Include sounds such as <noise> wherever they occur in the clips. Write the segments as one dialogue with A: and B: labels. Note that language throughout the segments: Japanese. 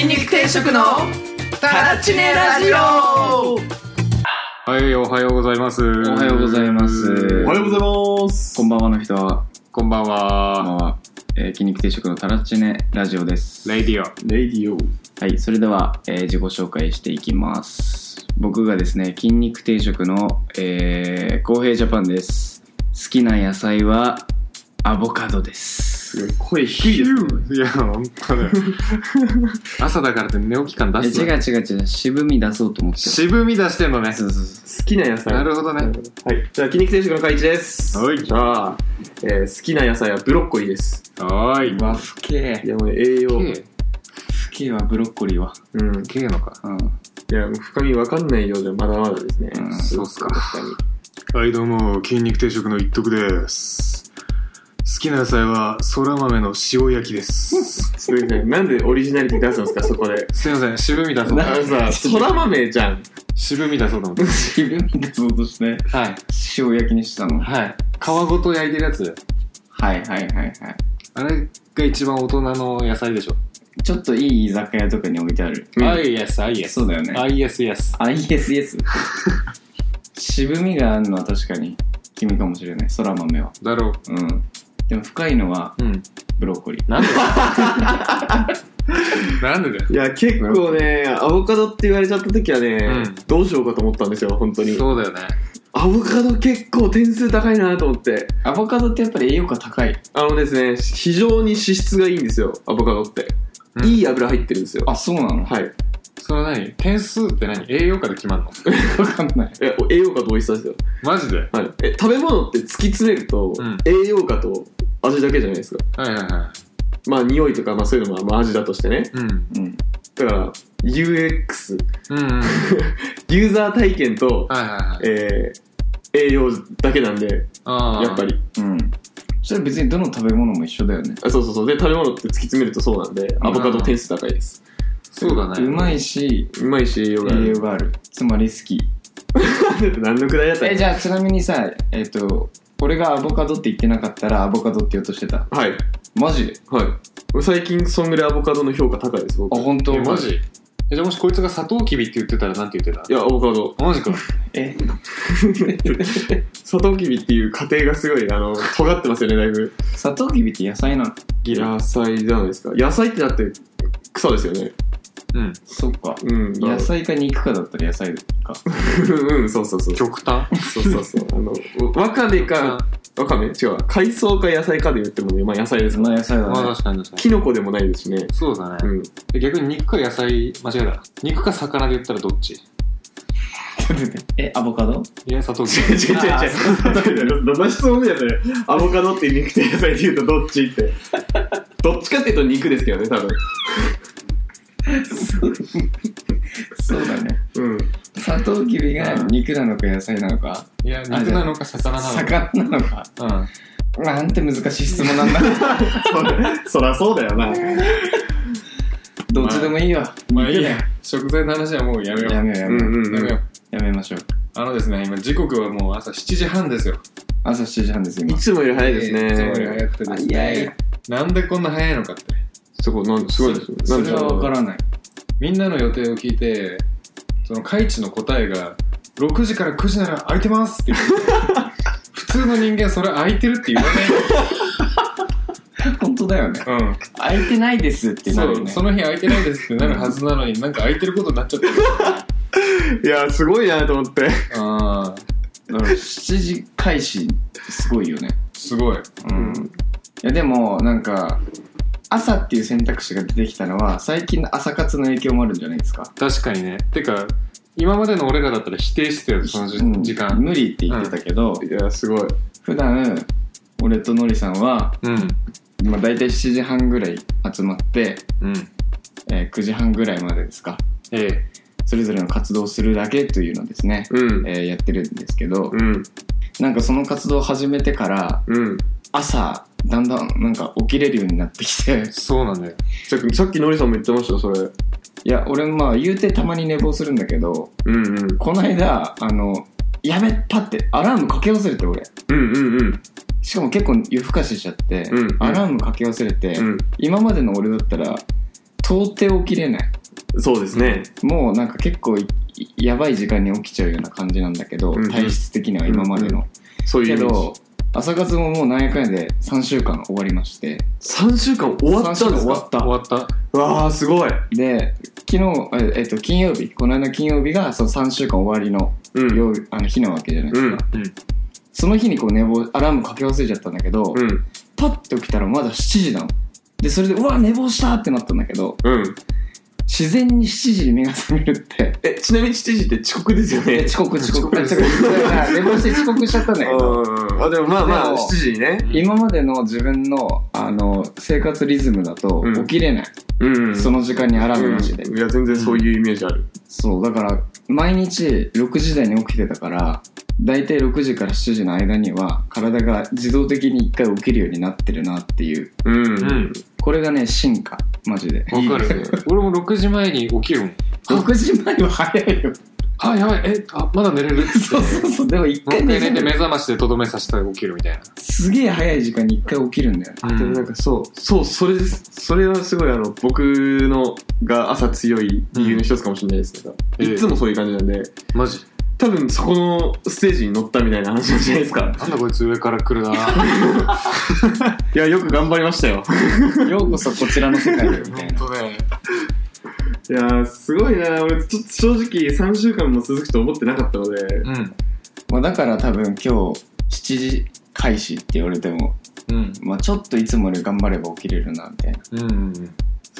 A: 食のタラチネラジオ
B: はい、おはようございます。お
C: おはようございます。
B: おはよう
C: うございます。こんばんはの人は、
B: こんばん
C: こんばん
B: は。
C: は。えー、筋肉定食のタラチネラジオです。
B: レイディオ。
D: レイディオ。
C: はい、それでは、えー自己紹介していきます。僕がですね、筋肉定食の、えー、公平ジャパンです。好きな野菜は、アボカドです。
D: すごい、声低いですね。
B: いや、ほんと
C: <laughs>
B: だよ。朝だからって寝起き感
C: え
B: 出す
C: 違う
B: な。
C: 違う違う、渋み出そうと思ってる。
B: 渋み出してんのね。
C: そうそうそう。
D: 好きな野菜。
B: なるほどね
D: はい。じゃあ、筋肉定食の会一です。
B: は
D: じ
B: い
D: ゃあ、えー好きな野菜はブロッコリーです。
B: はーい。
C: わ、ふけ
D: いや、もう栄養。
B: K。
C: ふけはブロッコリーは。
D: うん。
B: K のか。
C: うん。 <laughs>
D: いや、もう深みわかんないようじゃまだまだですね。
C: うん
B: そうっすか
D: 確か
B: はい、どうも、筋肉定食の一徳です。好きな野菜は、そら豆の塩焼き
C: <laughs>
B: です。
D: に。すごいね。なんでオリジナリティ出すんですか、そこで。
B: すいません、渋み出そう
D: あ。のさ、 <laughs> そら豆じゃん。
B: 渋み出そうと思って。
C: 渋み出そうとして、
B: はい。
C: 塩焼きにしたの。はい
B: はい。皮ごと焼いてるやつ。
C: はいはいはい。
B: あれが一番大人の野菜でしょ。
C: ちょっといい居酒屋とかに置いてある。
D: うん
B: IS、IS。
C: そうだよね。
B: IS、IS。
C: あ、イエスイエス。渋みがあるのは確かに君かもしれない。空豆は。
B: だろう。
C: うん。でも深いのは
B: うん。
C: ブロッコリー。
B: なんで <laughs> なんでだよ。
D: いや、結構ね、アボカドって言われちゃった時はね、
B: うん
D: どうしようかと思ったんですよ、本当に。
B: そうだよね。
D: アボカド結構点数高いなと思って。
C: アボカドってやっぱり栄養価高い。
D: あのですね、非常に脂質がいいんですよ、アボカドって。
B: うん
D: いい油入ってるんですよ。
C: あ、そうなの
D: はい。い
B: それは何点数って何栄養価で決まるの
C: わかんない。
D: や栄養価と美味しさですよ。
B: マジではい
D: はい。え、食べ物って突き詰めると、
B: うん
D: 栄養価と味だけじゃないですか。
B: はいは
D: まあ、匂いとか、まあそういうのも、まあ味だとしてね。
B: い。うん。
C: うん。
D: だから、UX、
B: うんうん。はい
D: ユーザー体験と、
B: はいはい。
D: えー、栄養だけなんで、
B: あー
D: やっぱ。り。
C: うん。それは別にどの食べ物も一緒だよね。
D: あそうそうそう。で、食べ物って突き詰めるとそうなんで、アボカド点数高いです。
B: そうだね。
C: うま
B: い。
C: いし、
D: うまいし、栄養があ
C: 栄養
D: る。
C: がある。つまり好き。
D: 何のくらいだった
C: え、
D: ら
C: じゃあちなみにさ、えっ、と、俺がアボカドって言ってなかったらアボカドって言おうとしてた。
D: はい。
C: マジ
D: はい。最近、そんぐらいアボカドの評価高いです、
C: あ、
D: 僕。
C: 本当
B: え、マジえ、じゃあもしこいつがサトウキビって言ってたらなんて言って
D: いや、アボカ <laughs> ド。
B: たマジか。
C: え、
D: サトウキビっていう過程がすごい、あの、尖ってますよね、だいぶ。
C: サトウキビって野菜なの
D: 野菜じゃないですか。野菜ってだって、草ですよね。
B: うん。
C: そっか。
D: うん。
C: 野菜か肉かだったら野菜か。
D: <laughs> うん、うんそうそうそう。
B: 極端
D: そうそうそう。あの、わかめか、わかめ違うわ。海藻か野菜かで言ってもね、まあ野菜です
C: そ
D: もん。
C: の野菜
B: まあ
C: だね。
B: 確かに確かに。
D: キノコでもないですしね。
B: そうだ
D: う
B: ね。
D: ん。
B: で逆に肉か野菜、間違えた。肉か魚で言ったらどっち
C: <laughs> え、アボカド <laughs>
B: いや、サトウキ
D: 違う違う違
B: ビ。
D: う違う。どんな質問だよ、それ。アボカドって肉と野菜で言うとどっちって。どっちかっていうと肉ですけどね、多分。
C: そうだね。
D: うん。
C: サトウキビが肉なのか野菜なのか、
B: いや、肉なのか魚なのか。
C: 魚なのか。
B: うん。
C: なんて難しい質問なんだ。
D: <laughs> そらそうだよな。
C: どっちでもいいわ。
B: まあいい
C: 肉だ
B: や
C: よ。
B: 食材の話はもうやめよう。
C: や
B: や
C: めようや
D: う
C: め
D: ん
C: よう。
D: うんう
B: め
D: ん
B: よ。う。
C: やめましょう。
B: あのですね、今時刻はもう朝7時半ですよ。
C: 朝7時半です、
D: い
C: 今。
D: つもより早いです
B: いつもより
D: ね。
B: 早くてです
C: 早い
B: ね。なんでこんな早いのかって。
D: そこ、なんすごいですよ。。
C: それはわかららない。
B: みんなの予定を聞いて、そのカイチの答えが、6時から9時なら空いてますって言って <laughs> 普通の人間それ空いてるって言わ
C: 本当だよね。
B: ない。うん。
C: 空いてないですってな
B: そ
C: るよ
B: う、
C: ね。
B: その日空いてないですってなるはずなのに、なんか空いてることになっちゃってる。
D: いや、すごいなと思って。
B: ああ、
C: だ <laughs> から7時開始、すごいよね。
B: すごい。
C: うん。いや、でも、なんか、朝っていう選択肢が出てきたのは、最近の朝活の影響もあるんじゃないですか。
B: 確かにね。てか、今までの俺らだったら否定してたよ、その時
C: うん
B: 時間。
C: 無理って言ってたけど、
D: いや、すごい。
C: 普段俺とのりさんは、
B: うん。
C: まあ、大体7時半ぐらい集まって、
B: うん。
C: えー9時半ぐらいまでですか
B: ええ。
C: それぞれの活動をするだけというのをですね、
D: うん。
C: えーやってるんですけど、
D: うん。
C: なんかその活動を始めてから
D: うん。
C: 朝だんだんなんか起きれるようになってきて
B: そうなんだよ。
D: さっき、さっきのりさんも言ってました、それ。
C: いや俺まあ言うてたまに寝坊するんだけど
D: うんうん。
C: この間あのやべパってアラームかけ忘れて俺
D: うんうんうん。
C: しかも結構夜更かししちゃって、
D: うん
C: アラームかけ忘れて、
D: うん。
C: 今までの俺だったら到底起きれない
D: そうですね。
C: もうなんか結構いやばい時間に起きちゃうような感じなんだけど、
D: うんうん
C: 体質的には今までの、
D: そういう
C: け
D: イメージ
C: ど朝活ももう何やかんやで3週間終わりまして
D: 3週間終わったんです
C: 三週間終わ
D: か
C: った
B: 終わった
D: わあすごい。
C: で昨日え、えっと、金曜日この間金曜日がその3週間終わりの
D: うん。
C: 曜日あの日なわけじゃないで
D: う
C: す
D: ん
C: か、。その日にこう寝坊アラームかけ忘れちゃったんだけど、
D: うん。
C: パッて起きたらまだ7時なのでそれでうわ寝坊したってなったんだけど
D: うん。
C: 自然に7時に目が覚めるって
D: え、ちなみに7時って遅刻ですよ
C: え
D: ね。
C: 遅刻遅刻
D: 遅刻
C: 遅刻寝坊して遅刻しちゃったんだけど
D: うん。あ、でもまあま
C: で
D: あ、
C: も
D: 7時にね。
C: 今までの自分のあの生活リズムだと
D: うん
C: 起きれない、
D: うん
C: その時間にアラームなしで、
D: うんいや、全然そういうイメージある。
C: そうだから毎日6時台に起きてたから大体6時から7時の間には体が自動的に1回起きるようになってるなっていう
D: うん。
B: うん
C: これがね進化マ <laughs> ジで
B: わかる、俺も6時前に起きるもん
C: 6時前は早いよ
B: あやばいえあまだ寝れるっつって
C: そうそうそうでも1
B: もう
C: 回
B: 一回
C: 寝
B: 寝
C: て
B: て目覚ましでとどめさせたら起きるみたい
C: すげえ早い時間に1回起きるんだよね
B: な、
D: でもなんかそう、そう、それです、それはすごいあの、僕のが朝強い理由の一つかもしれないですけど、
B: うん
D: いつもそういう感じなんで、
B: マジ
D: 多分そこのステージに乗ったみたいな話なんじゃないですか。
B: なんだこいつ上から来る
D: <laughs>
B: な
D: いや、よく頑張りましたよ。
C: <laughs> ようこそこちらの世界へみたいな
B: 当ね
D: いやー、すごいな俺、ちょっと正直3週間も続くと思ってなかったので、 <laughs>
B: うん
C: まあ、だから多分今日7時開始って言われても、
B: うん
C: まあ、ちょっといつもより頑張れば起きれるなみたいな
B: うんうん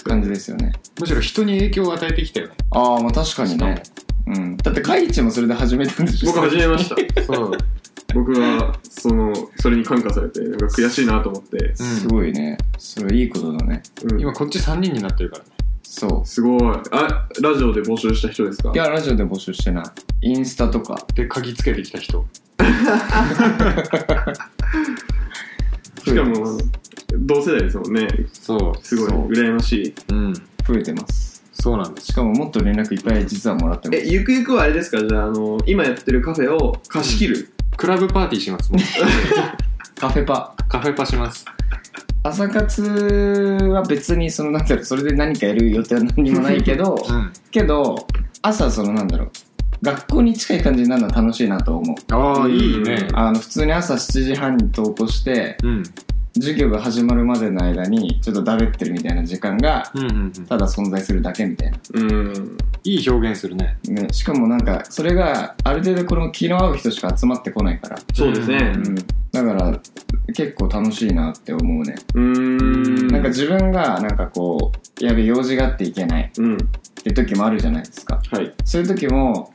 C: 感じですよね
B: むしろ人に影響を与えてきたよね
C: ああまあ確かにねうん、だってカイチもそれで始めたんでしょ
D: 僕始め <laughs> ました。
B: そう
D: 僕は、その、それに感化されて、なんか悔しいなと思って、
C: すごいねそれいいことだね
D: うん
B: 今こっち3人になってるからね
C: そ
D: すごい。あ、ラジオで募集した人ですか
C: ういやラジオで募集してないインスタとか
B: で鍵つけてきた人
D: しかも、同世代ですもんね。
B: そう
D: すごい、
C: そう
D: 羨ましい。
B: うん
C: 増えてます
B: そうなんです
C: しかももっと連絡いっぱい実はもらってます
D: え、ゆくゆくはあれですかじゃあ、あの、今やってるカフェを貸し切る。
B: クラブパーティーしますもん
C: カフェパ
B: カフェパします
C: 朝活は別にそのなんだろうそれで何かやる予定は何もないけ <laughs> ど
B: ん
C: けど朝そのなんだろう学校に近い感じになるのは楽しいなと思う
B: ああいいね
C: あの普通に朝7時半に登校して
B: うん
C: 授業が始まるまでの間にちょっとだべってるみたいな時間が
B: うんうんうん
C: ただ存在するだけみたいな、
D: うん。
B: いい表現するね
C: ね、しかもなんかそれがある程度これも気の合う人しか集まってこないから、
D: そうですね
C: う。ん、だから結構楽しいなって思うね、
D: うーん。
C: なんか、自分がなんかこうやべ用事があって行けない
D: うん。
C: って時もあるじゃないですか
D: はい。
C: そういう時も、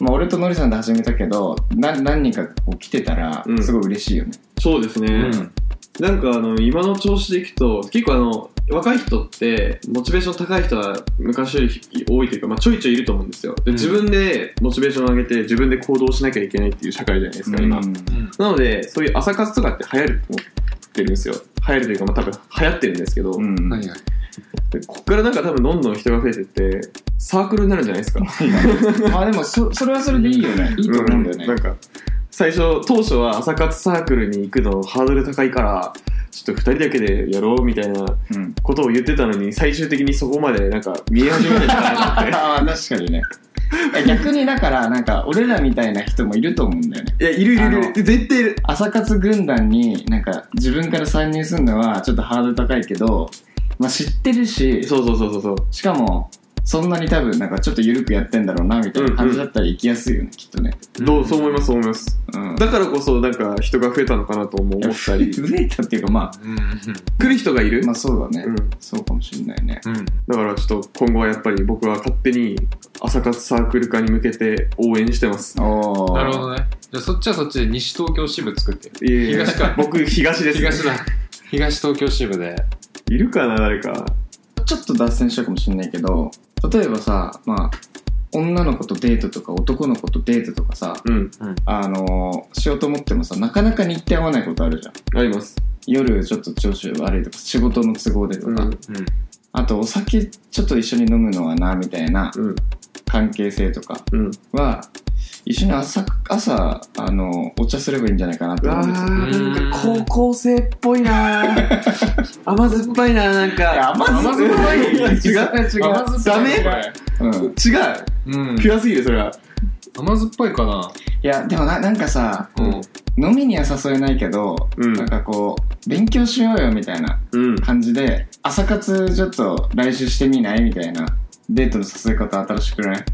C: まあ、俺とノリさんで始めたけどな何人かこう来てたら
D: うん
C: すごい嬉しいよね、
D: そうですね。
B: うん
D: なんかあの今の調子でいくと結構あの若い人ってモチベーション高い人は昔より多いというか、まあ、ちょいちょいいると思うんですよで
B: うん
D: 自分でモチベーションを上げて自分で行動しなきゃいけないっていう社会じゃないですか、今
C: うん
B: うん
D: なのでそういう朝活とかって流行ると思ってるんですよ流行るというか、まあ、多分流行ってるんですけど、
C: うん
B: 何が
D: でこっからなんか多分どんどん人が増えてってサークルになるんじゃないですか
C: まあでもそそれはそれでいいよねいいと思うんだよね、
D: なんか最初当初は朝活サークルに行くのハードル高いからちょっと2人だけでやろうみたいな
C: うん
D: ことを言ってたのに最終的にそこまでなんか見え始めてたなって
C: ああ確かにね逆にだからなんか俺らみたいな人もいると思うんだよね
D: <laughs> いやいるいるい
C: あ
D: る
C: の
D: 絶対いる
C: 朝活軍団になんか自分から参入するのはちょっとハードル高いけど、まあ、知ってるし
D: そうそうそうそうそう
C: しかもそんなに多分なんかちょっと緩くやってんだろうなみたいな感じだったら行きやすいよね、きっとね、
D: どうそう思いますそう思います
C: うん、
D: だからこそなんか人が増えたのかなとも思った <laughs>
C: <laughs>
D: り来
C: 増えたっていうかま
B: うんうん
D: る人がいる、
C: あまあそうだね、
D: うん、
C: そうかもしんないね
B: うん
D: だからちょっと今後はやっぱり僕は勝手に朝活サークル化に向けて応援してます
C: おお
B: なるほどね。じゃあそっちはそっちで西東京支部作って。
D: いやいや
B: 東か
D: 僕東です
B: 東だ。東東京支部で。
D: いるかな誰か
C: ちょっと脱線したかもしれないけど例えばさまあ女の子とデートとか男の子とデートとかさ
D: うん
C: あのーしようと思ってもさなかなか日程合わないことあるじゃん
D: あります
C: 夜ちょっと調子悪いとか仕事の都合でと
D: う
C: か、
D: んうん
B: うん。
C: あとお酒ちょっと一緒に飲むのはなみたいな関係性とか
D: うん
C: は一緒に朝、朝、あの、お茶すればいいんじゃないかなと思うんですよ。
D: あーなんか高校生っぽいなー甘酸っぱいなーなんか
C: 甘酸っぱ <laughs> い
D: 違う違う
B: 甘酸っ
D: ダ
B: ぱ
D: メ
B: い
D: 違う
C: うん。い
B: うん
D: ピュアすぎるそれは
B: 甘酸っぱいかな
C: や、でもな、なんかさ、
D: うん
C: 飲みには誘えないけど、
D: うん
C: なんかこう、勉強しようよみたいな
D: うん
C: 感じで、朝活ちょっと来週してみないみたいな、デートの誘い方新しくない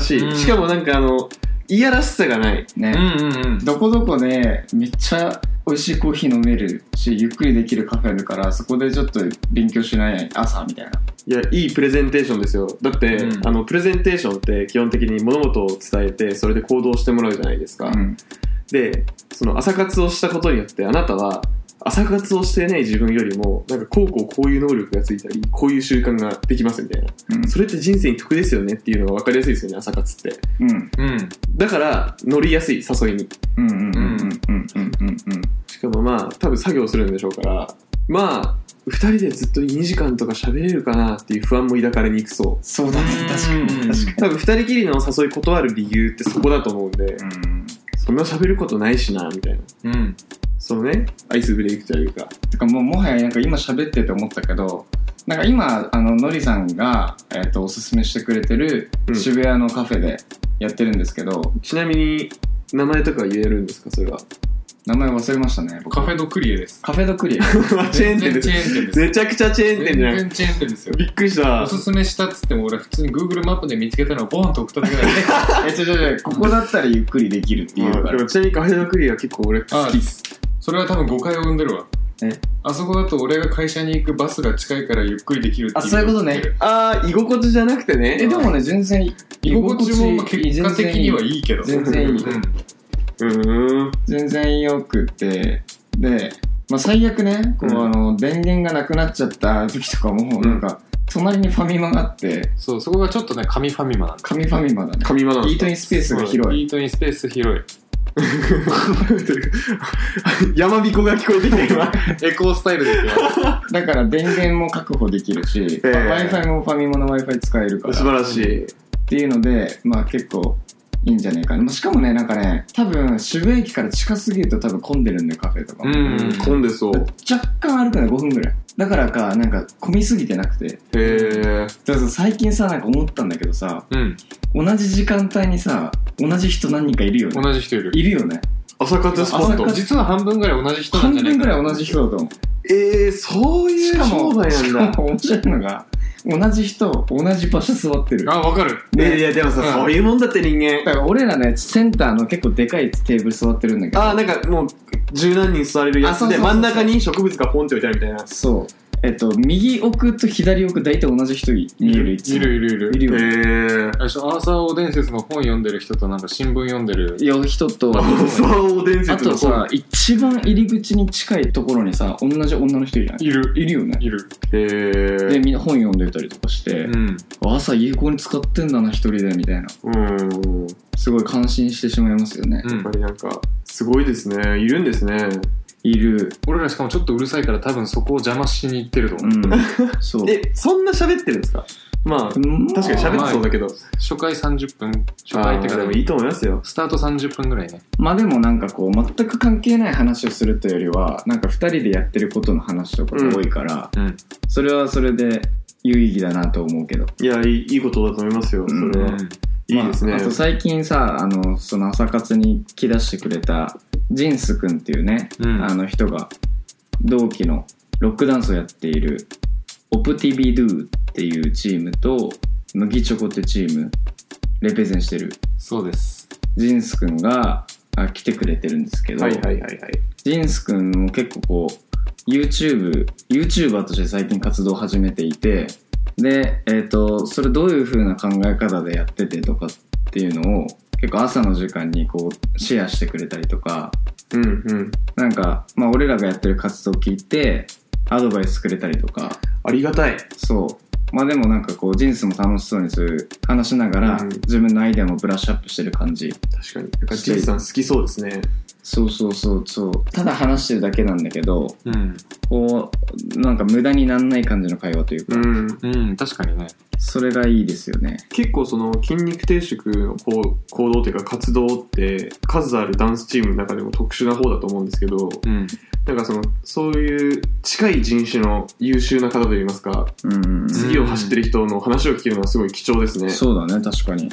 D: 新しい、
B: うん
D: しかもなんかあのいやらしさがない
C: ね。
B: うんうんうん
C: どこどこでめっちゃ美味しいコーヒー飲めるし、ゆっくりできるカフェあるから、そこでちょっと勉強しない朝みたいな。
D: いやいいプレゼンテーションですよだって、
B: うん
D: あのプレゼンテーションって基本的に物事を伝えてそれで行動してもらうじゃないですか、
C: うん。
D: でその朝活をしたことによってあなたは朝活をしてない自分よりもなんかこうこうこういう能力がついたりこういう習慣ができますみたいな
C: うん
D: それって人生に得ですよねっていうのが分かりやすいですよね朝活って
C: うん。
B: うん
D: だから乗りやすい誘いに
C: うんうんうんうんうんうんうんうん。
D: しかもまあ多分作業するんでしょうからまあ2人でずっと2時間とか喋れるかなっていう不安も抱かれにくそ
C: そうだね、確かに
B: うん
C: 確か
D: う多分2人きりの誘い断る理由ってそこだと思うんで
C: に。うん。
D: そんな喋ることないしなみたいな
B: うん
D: そのねアイスブレイクというか
C: てかもうもはやなんか今喋ってて思ったけどなんか今あののりさんが、えっとおすすめしてくれてる
D: うん
C: 渋谷のカフェでやってるんですけど、
D: ちなみに名前とか言えるんですかそれは <laughs>
C: 名前忘れましたね僕
B: カフェドクリエです
C: カフェド
B: <laughs>
C: クリエ
D: チェーン店
B: 全然
D: で
B: チ
D: す
B: ェーン店です
D: めちゃくちゃチェーン店じゃ
B: 全
D: ない
B: 然チェーン店ですよ
D: びっくりした
B: おすすめしたっつっても俺普通に Google マップで見つけたのをボーンと送っただけだよね
C: えちょちょちょここだったらゆっくりできるっていうか
D: うんで
C: ら
D: もちなみにカフェドクリア結構俺好きっす
B: それは多分誤解を生んでるわ
C: え
B: あそこだと俺が会社に行くバスが近いからゆっくりできるっていう
C: あそういうことね
D: ああ居心地じゃなくてね
C: えでもね全然
B: 居心地もまあ
C: 居
B: 結
C: 心
B: 果
C: 地全
B: 的
C: 然い
B: に
C: い
B: はいいけど
C: 全然いい
B: うん
D: うーん
C: 全然よくてで、まあ、最悪ねこ
D: う
C: う、
D: ん
C: あの電源がなくなっちゃった時とかもなんか、隣にファミマがあって
B: そうそこがちょっとね紙ファミマなんで
C: 紙ファミマだね
D: 神間なん
C: イ
D: ですか
C: ートインスペースが広い
B: イートインスペース広い
D: <laughs> 山彦が聞こえてきた今
B: エコースタイルですよ
C: だから電源も確保できるし、
D: えー
C: w i f i もファミマの w i f i 使えるか
D: <laughs>
C: ら
D: 素晴らしい
C: っていうのでまあ結構いいんじゃないかな、まあしかもねなんかね多分渋谷駅から近すぎると多分混んでるんだよカフェとかも、
B: うん
D: 混んでそう
C: 若干歩くの5分ぐらいだからかなんか混みすぎてなくて
D: へえ
C: だからさ最近さなんか思ったんだけどさ
B: うん
C: 同じ時間帯にさ同じ人何人かいるよね
B: 同じ人いる
C: いるよね
D: 朝活スポ
C: 朝
D: ッ
C: 活
D: ト
B: 実は半分ぐらい同じ人なん
C: 半
B: じゃない
C: 分
B: か
C: ぐ
B: な
C: らい同じ人だと思う
D: えー、そうい
C: し
D: う
C: か
D: 商
C: も
D: 売な
C: しか
D: んだ
C: も面白いのが同じ人同じ場所座ってる
B: あわかる
D: えーいやでもさ、
B: うん
D: そういうもんだって人間
C: だから俺らねセンターの結構でかいテーブル座ってるんだけど
D: ああなんかもう十何人座れるや
C: あそ
D: つ
C: う
D: で
C: そうそう
D: 真ん中に植物がポンって置いてあるみたいな
C: そうえっと右奥と左奥大体同じ人い見えるいつ
B: い
C: も
B: るいるいる
C: いるよね
D: へえ
B: あれでしょアーサー王伝説の本読んでる人となんか新聞読んでる
C: いや人と
D: そう伝
C: あ
D: 説の
C: とさ一番入り口に近いところにさ同じ女の人いるじゃない
B: いる
C: いるよね
B: いる
D: へ
C: で
D: え
C: みんな本読んでたりとかして
B: う、ん
C: 朝有効に使ってんだな一人でみたいな
D: うん
C: すごい感心してしまいますよね、
B: う
D: やっ
B: ん
D: ぱりなんかすごいですねいるんですね
C: いる
B: 俺らしかもちょっとうるさいから多分そこを邪魔しに行ってると思
C: う
B: う、
C: ん
D: <laughs>
C: そう
D: えそんな喋ってるんですかまあ確
C: うん
D: かに喋ってそうだけど
B: 初回30分初回っていう
D: あー
B: か
D: でもいいと思いますよ
B: スタート30分ぐらいね
C: まあでもなんかこう全く関係ない話をするというよりはなんか2人でやってることの話とかが多いから、
B: うん
C: それはそれで有意義だなと思うけど
D: いやいいいいことだと思いますよそれは、
B: うん
D: いいですね、
C: まあ、あと最近さあのその朝活に来だしてくれたジンス君っていうね、
B: うん
C: あの人が同期のロックダンスをやっているオプティビドゥっていうチームと麦チョコってチームレペゼンしてる
B: そうです
C: ジンス君があ来てくれてるんですけど、
D: はいはいはいはい
C: ジンス君も結構こう YouTube、YouTuber として最近活動を始めていて、で、えっ、と、それどういう風な考え方でやっててとかっていうのを、結構朝の時間にこうシェアしてくれたりとか、
D: うんうん
C: なんか、まあ俺らがやってる活動を聞いて、アドバイスくれたりとか、
D: ありがたい
C: そう。まあでもなんかこう、ジンスも楽しそうにそういう話しながら、
D: うん
C: 自分のアイデアもブラッシュアップしてる感じ。
D: 確かになんかじいさん好きそうですね
C: そうそうそうそうただ話してるだけなんだけど
B: うん。
C: こうなんか無駄になんない感じの会話というか、
D: うん、
B: うん、確かにね。
C: それがいいですよね
D: 結構その筋肉定食のこう行動というか活動って数あるダンスチームの中でも特殊な方だと思うんですけど
B: うん。
D: なんかそのそういう近い人種の優秀な方といいますか
C: うん
D: 次を走ってる人の話を聞けるのはすごい貴重ですね、
C: そうだね確かに、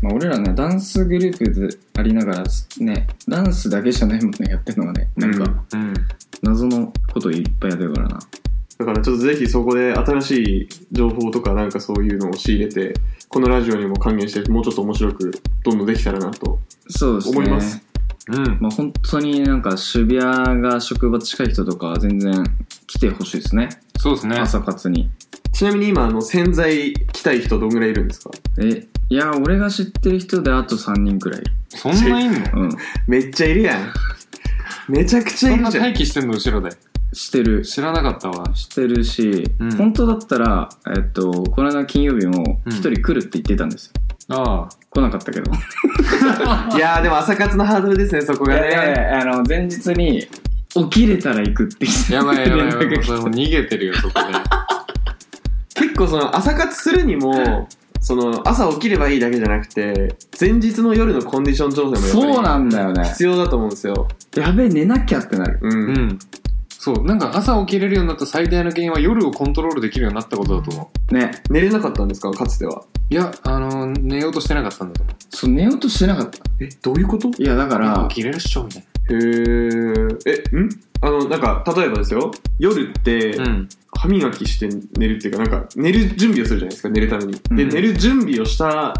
C: まあ、俺らねダンスグループでありながらねダンスだけじゃないもんねやってるのがねなん
D: う
C: か
B: うん。
C: 謎のこといっぱいやってるからな、
D: だからちょっとぜひそこで新しい情報とかなんかそういうのを仕入れてこのラジオにも還元してもうちょっと面白くどんどんできたらなと
C: そうですね
D: 思います
B: うん。
C: まあ、本当になんか渋谷が職場近い人とかは全然来てほしいですね
B: そうですね。
C: 朝活に
D: ちなみに今あの潜在来たい人どんぐらいいるんですか
C: えいや俺が知ってる人であと3人くらいいる
B: そんないんの
C: うん
D: めっちゃいるやんめちゃくちゃ
B: そ
D: い
B: ん
D: る
B: な
D: じゃん
B: 待機してんの後ろで。
C: してる
B: 知らなかったわ。
C: してるし、
B: うん
C: 本当だったら、えっと、この間金曜日も
B: うん
C: 一人来るって言ってたんですよ、
B: ああ。
C: 来なかったけど
D: いやーでも朝活のハードルですねそこが
C: いやいや
D: ね
C: いや <laughs> あの前日に起きれたら行くって言って
B: やばいやばいやばい。
C: <laughs> 連絡
B: も
C: が
B: う
C: 来
B: そ
C: た
B: れもう逃げてるよ、そこで。
D: 結構その朝活するにもその朝起きればいいだけじゃなくて前日の夜のコンディション調整もやっぱり
C: そうなんだよね
D: 必要だと思うんですよ
C: やべえ寝なきゃってなる
D: うん、
B: うん。そう。なんか朝起きれるようになった最大の原因は夜をコントロールできるようになったことだと思う。
C: ね
D: 寝れなかったんですかかつてはい
B: や、あの、寝ようとしてなかったんだと思う。
C: そう寝ようとしてなかった
D: えどういうこと
C: いやだから
B: 起きれるっしょ、みたい
D: へーえんあのなんか例えばですよ夜って
B: な。うん。
D: 歯磨きして寝るっていうかなんか寝る準備をするじゃないですか寝るために、
C: う
D: で
C: ん
D: 寝る準備をした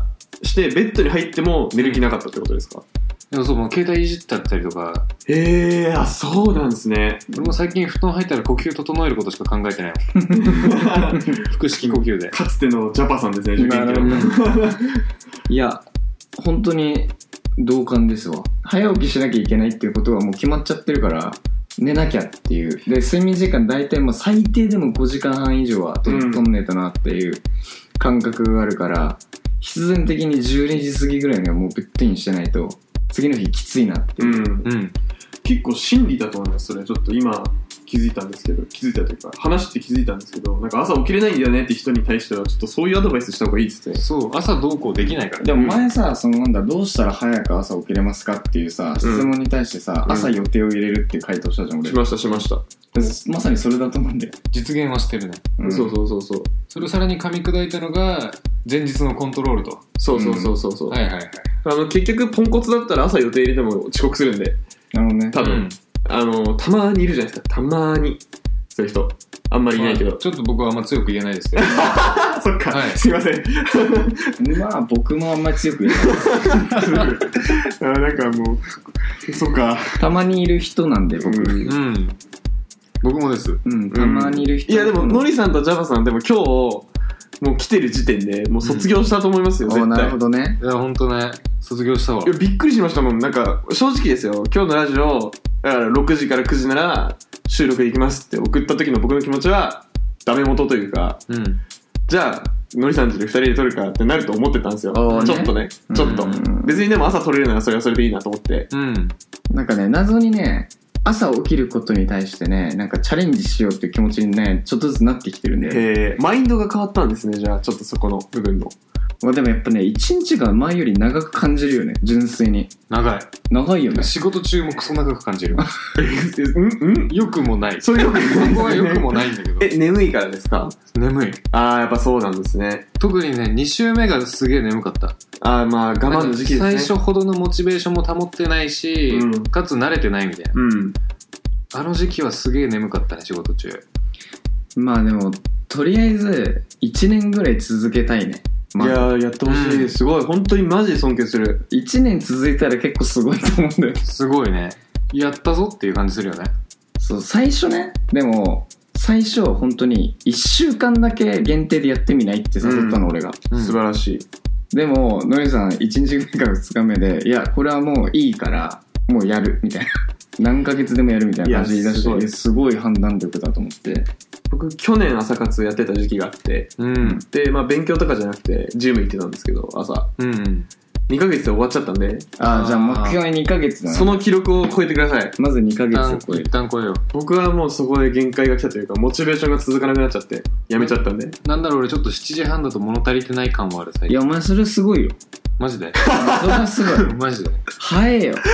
D: してベッドに入っても寝る気なかったってことですか、
B: でもそう、もう携帯いじったったりとか、
D: へえあそうなんですね
B: 俺も最近布団入ったら呼吸整えることしか考えてないもん。腹式呼吸で。
D: かつてのジャパさんですね、受
C: な
D: 験
C: る
D: 期
C: ほ
D: の。
C: どいや本当に同感ですわ早起きしなきゃいけないっていうことがもう決まっちゃってるから寝なきゃっていうで睡眠時間大体もう最低でも5時間半以上はと
D: うん
C: とんねえとなっていう感覚があるから必然的に12時過ぎぐらいにはもうベッドインしてないと次の日きついなっ
D: う
C: ていう、
D: ん、
B: うん。
D: 結構真理だと思います、それ。ちょっと今気づいたんですけど、気づいたというか、話して気づいたんですけど、なんか朝起きれないんだよねって人に対しては、ちょっとそういうアドバイスした方がいいですね。
B: そう、朝どうこうできないから。
C: でも前さ、そのなんだ、どうしたら早く朝起きれますかっていうさ、質問に対してさ、
D: うん
C: 朝予定を入れるっていう回答したじゃん、俺。
D: しました、しました。
C: まさにそれだと思うんだよ。
B: 実現はしてるね。
C: うん
D: そうそうそうそう。
B: それをさらに噛み砕いたのが、前日のコントロールと。
D: そうそうそうそうそう、
B: はいはいはい。
D: あの結局ポンコツだったら朝予定入れても遅刻するんで
C: なるほどね。
D: 多分、
B: うん
D: あのたまにいるじゃないですかたまにそういう人あんまりいないけど、
B: まあちょっと僕はあんま強く言えないですけど。
D: あそっか、
B: はい
D: すいません <laughs>
C: まあ僕もあんまり強く言えない。
D: あなんかもうそっか
C: たまにいる人なんで、僕。
D: うん
B: うん。僕もです。
C: うん、たまにいる人。
D: いやでもノリさんとジャバさんでも今日もう来てる時点でもう卒業したと思いますよ、
C: お
D: 絶
C: な
D: 対
C: るほどね。
B: いや、ほんとね、卒業したわ
D: い。やびっくりしましたもんなんか正直ですよ今日のラジオだから6時から9時なら収録できますって送った時の僕の気持ちはダメ元というか
B: うん。
D: じゃあノリさんちで2人で撮るかってなると思ってたんですよ、
C: おーね
D: ちょっとねちょっと
C: うん
D: 別にでも朝撮れるならそれはそれでいいなと思って
B: うん。
C: なんかね、謎にね、朝起きることに対してね、なんかチャレンジしようっていう気持ちにね、ちょっとずつなってきてるんだよね。
D: えー、マインドが変わったんですねじゃあちょっとそこの部分の
C: まあでもやっぱね、一日が前より長く感じるよね、純粋に。
B: 長い。
C: 長いよね。
B: 仕事中もクソ長く感じる。 <laughs>
D: うんうん
B: 良くもない。
D: そ
B: そ
D: れよくないですね
B: こは良くもないんだけど。
D: <laughs> え眠いからですか
B: 眠い。
D: ああやっぱそうなんですね
B: 特にね、2週目がすげえ眠かった。
D: ああまあ我慢の時期ですね
B: 最初ほどのモチベーションも保ってないし、
D: うん
B: かつ慣れてないみたいな。
D: うん
B: あの時期はすげえ眠かったね、仕事中。
C: まあでも、とりあえず、1年ぐらい続けたいね。ま
D: い
C: あ、
D: やーやってほしい、
B: うん
D: すごい本当にマジで尊敬する
C: 1年続いたら結構すごいと思うんだよね。
B: すごいね。やったぞっていう感じするよね。
C: そう、最初ね、でも、最初本当に1週間だけ限定でやってみないって誘ったの、
D: うん
C: 俺が。
B: うん
D: 素晴らしい、
C: でも、のりさん、1日目か2日目で、いや、これはもういいから、もうやる、みたいな。 <laughs> 何ヶ月でもやるみたいな感じで言い出して
D: いやすごい
C: えすごい判断力だと思って。
D: 僕去年朝活やってた時期があって
B: うん。
D: でまあ勉強とかじゃなくてジム行ってたんですけど朝
B: うん。
D: 2 2ヶ月で終わっちゃったんで、
C: ああ、じゃあ目標は2ヶ月だな。
D: その記録を超えてください。
C: まず2ヶ
B: 一
C: 月
B: 旦
C: を超え
B: 一
C: る。
B: 旦超えよう
D: 僕はもうそこで限界が来たというか、モチベーションが続かなくなっちゃって、やめちゃったんで。
B: なんだろう俺ちょっと7時半だと物足りてない感もある最
C: い
B: 近
C: や、お前それすごいよ。
B: マジで <laughs>
C: それは
D: <laughs>
C: すごい。
B: マジで
C: 早えよ。でも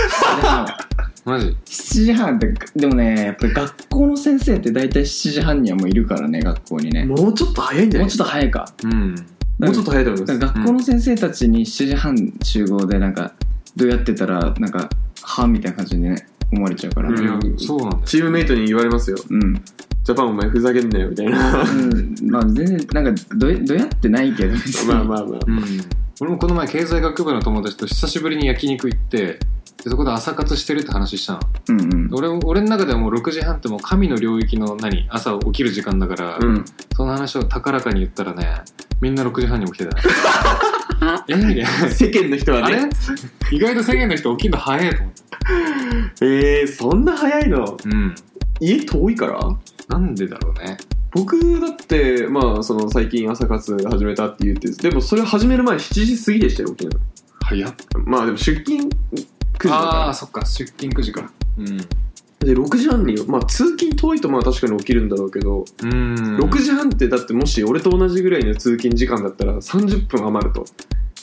B: マジ
C: 7時半って、でもね、やっぱり学校の先生って大体7時半にはもういるからね、学校にね。も
D: もうちょっと早いんじゃな
C: う
D: い
C: ちょっと早いか。
B: うん
D: もうちょっと早いと思いま
C: だ
D: す。
C: から学校の先生たちに7時半集合でなんか、どうやってたら、なんか、はみたいな感じでね、思われちゃうから。
D: うん
B: いやそうなんだよ
D: チームメイトに言われますよ。
C: うん。
D: ジャパンお前ふざけんなよ、みたいな。
C: うん、まあ全然なんかどどやってないけど別に
D: まあまあまあ。
B: うん俺もこの前経済学部の友達と久しぶりに焼肉行ってでそこで朝活してるって話したの
C: うんうん
B: 俺俺の中ではもう6時半ってもう神の領域の何朝起きる時間だか
D: <laughs>
B: ら、
D: うん。
B: その話を高らかに言ったらねみんな6時半に起きてた <laughs> えみたいな
D: 世間の人は
B: あれ
D: ね、
B: 意外と世間の人起きるの早いと思って
D: えー、そんな早いの
B: うん
D: 家遠いから
B: なんでだろうね
D: 僕だって、まあ、その最近朝活始めたって言って、でもそれ始める前7時過ぎでしたよ、起きる
B: 早っ
D: の。まあでも出勤9時だ
B: ああ
D: か
B: そっか出勤9時かうん
D: ら。で、6時半に、まあ通勤遠いとまあ確かに起きるんだろうけど、
B: うん
D: 6時半ってだってもし俺と同じぐらいの通勤時間だったら30分余ると。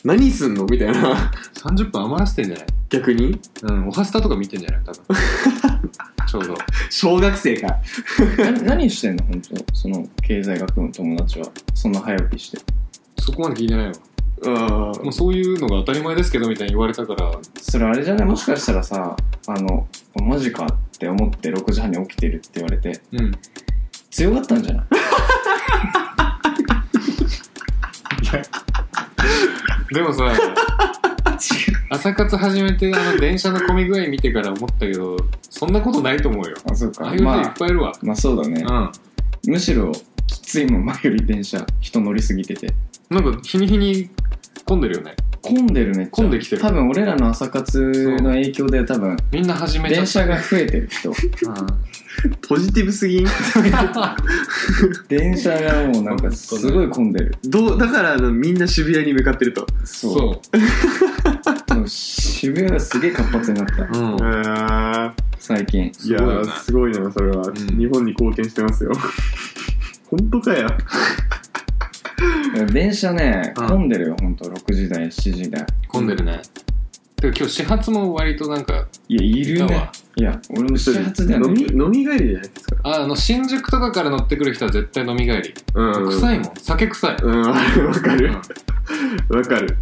D: 何すんのみたい <laughs> な。
B: 30分余らせてんじゃない
D: 逆に
B: うんおはスタとか見てんじゃない多 <laughs> 分ちょうど
D: 小学生か。
C: な何してんの本当その経済学部の友達はそんな早起きして
B: そこまで聞いてないわ
D: あ
B: もうそういうのが当たり前ですけどみたいに言われたから
C: それあれじゃないもしかしたらさあのマジかって思って6時半に起きてるって言われて
B: うん
C: 強かったんじゃない
B: でも <laughs> さ朝活始めてあの電車の混み具合見てから思ったけどそんなことないと思うよ
C: あそう
B: あ
C: か
B: あいう人い
C: ま
B: っ
C: あ
B: ぱいいるわ、
C: まあそうだねむしろきついもん前より電車人乗りすぎてて
B: うんなんか日に日に混んでるよね
C: 混んでるめっちゃ
B: 混んできてる
C: 多分俺らの朝活の影響で多分
B: みんな始めちゃ
C: 電
B: った
C: 車が増えてる人
D: ポジティブすぎん
C: 電車がもうなんかすごい混んでる
D: どうだからあのみんな渋谷に向かってると。
B: うん、
C: そう
B: そ
C: もう渋谷がすげえ活発になった
B: う、うん、
D: あ
C: 最
D: い
C: 近
D: やーすごいな、それは、
B: ん
D: 日本に貢献してますよ。 <laughs> 本当かよ。
C: 電車ね
B: うん
C: 混んでるよほんと6時台7時台
B: 混んでるね、てか今日始発も割となんか
C: いやいる
B: いた
C: ね
B: わ
C: いや俺も始発では
D: 飲
C: ね
D: み飲み帰りじゃないですか。
B: ああの新宿とかから乗ってくる人は絶対飲み帰り、
D: うん。
B: 臭いもん酒臭い、
D: うん、わか
B: う
D: る。
B: ん
D: わかる。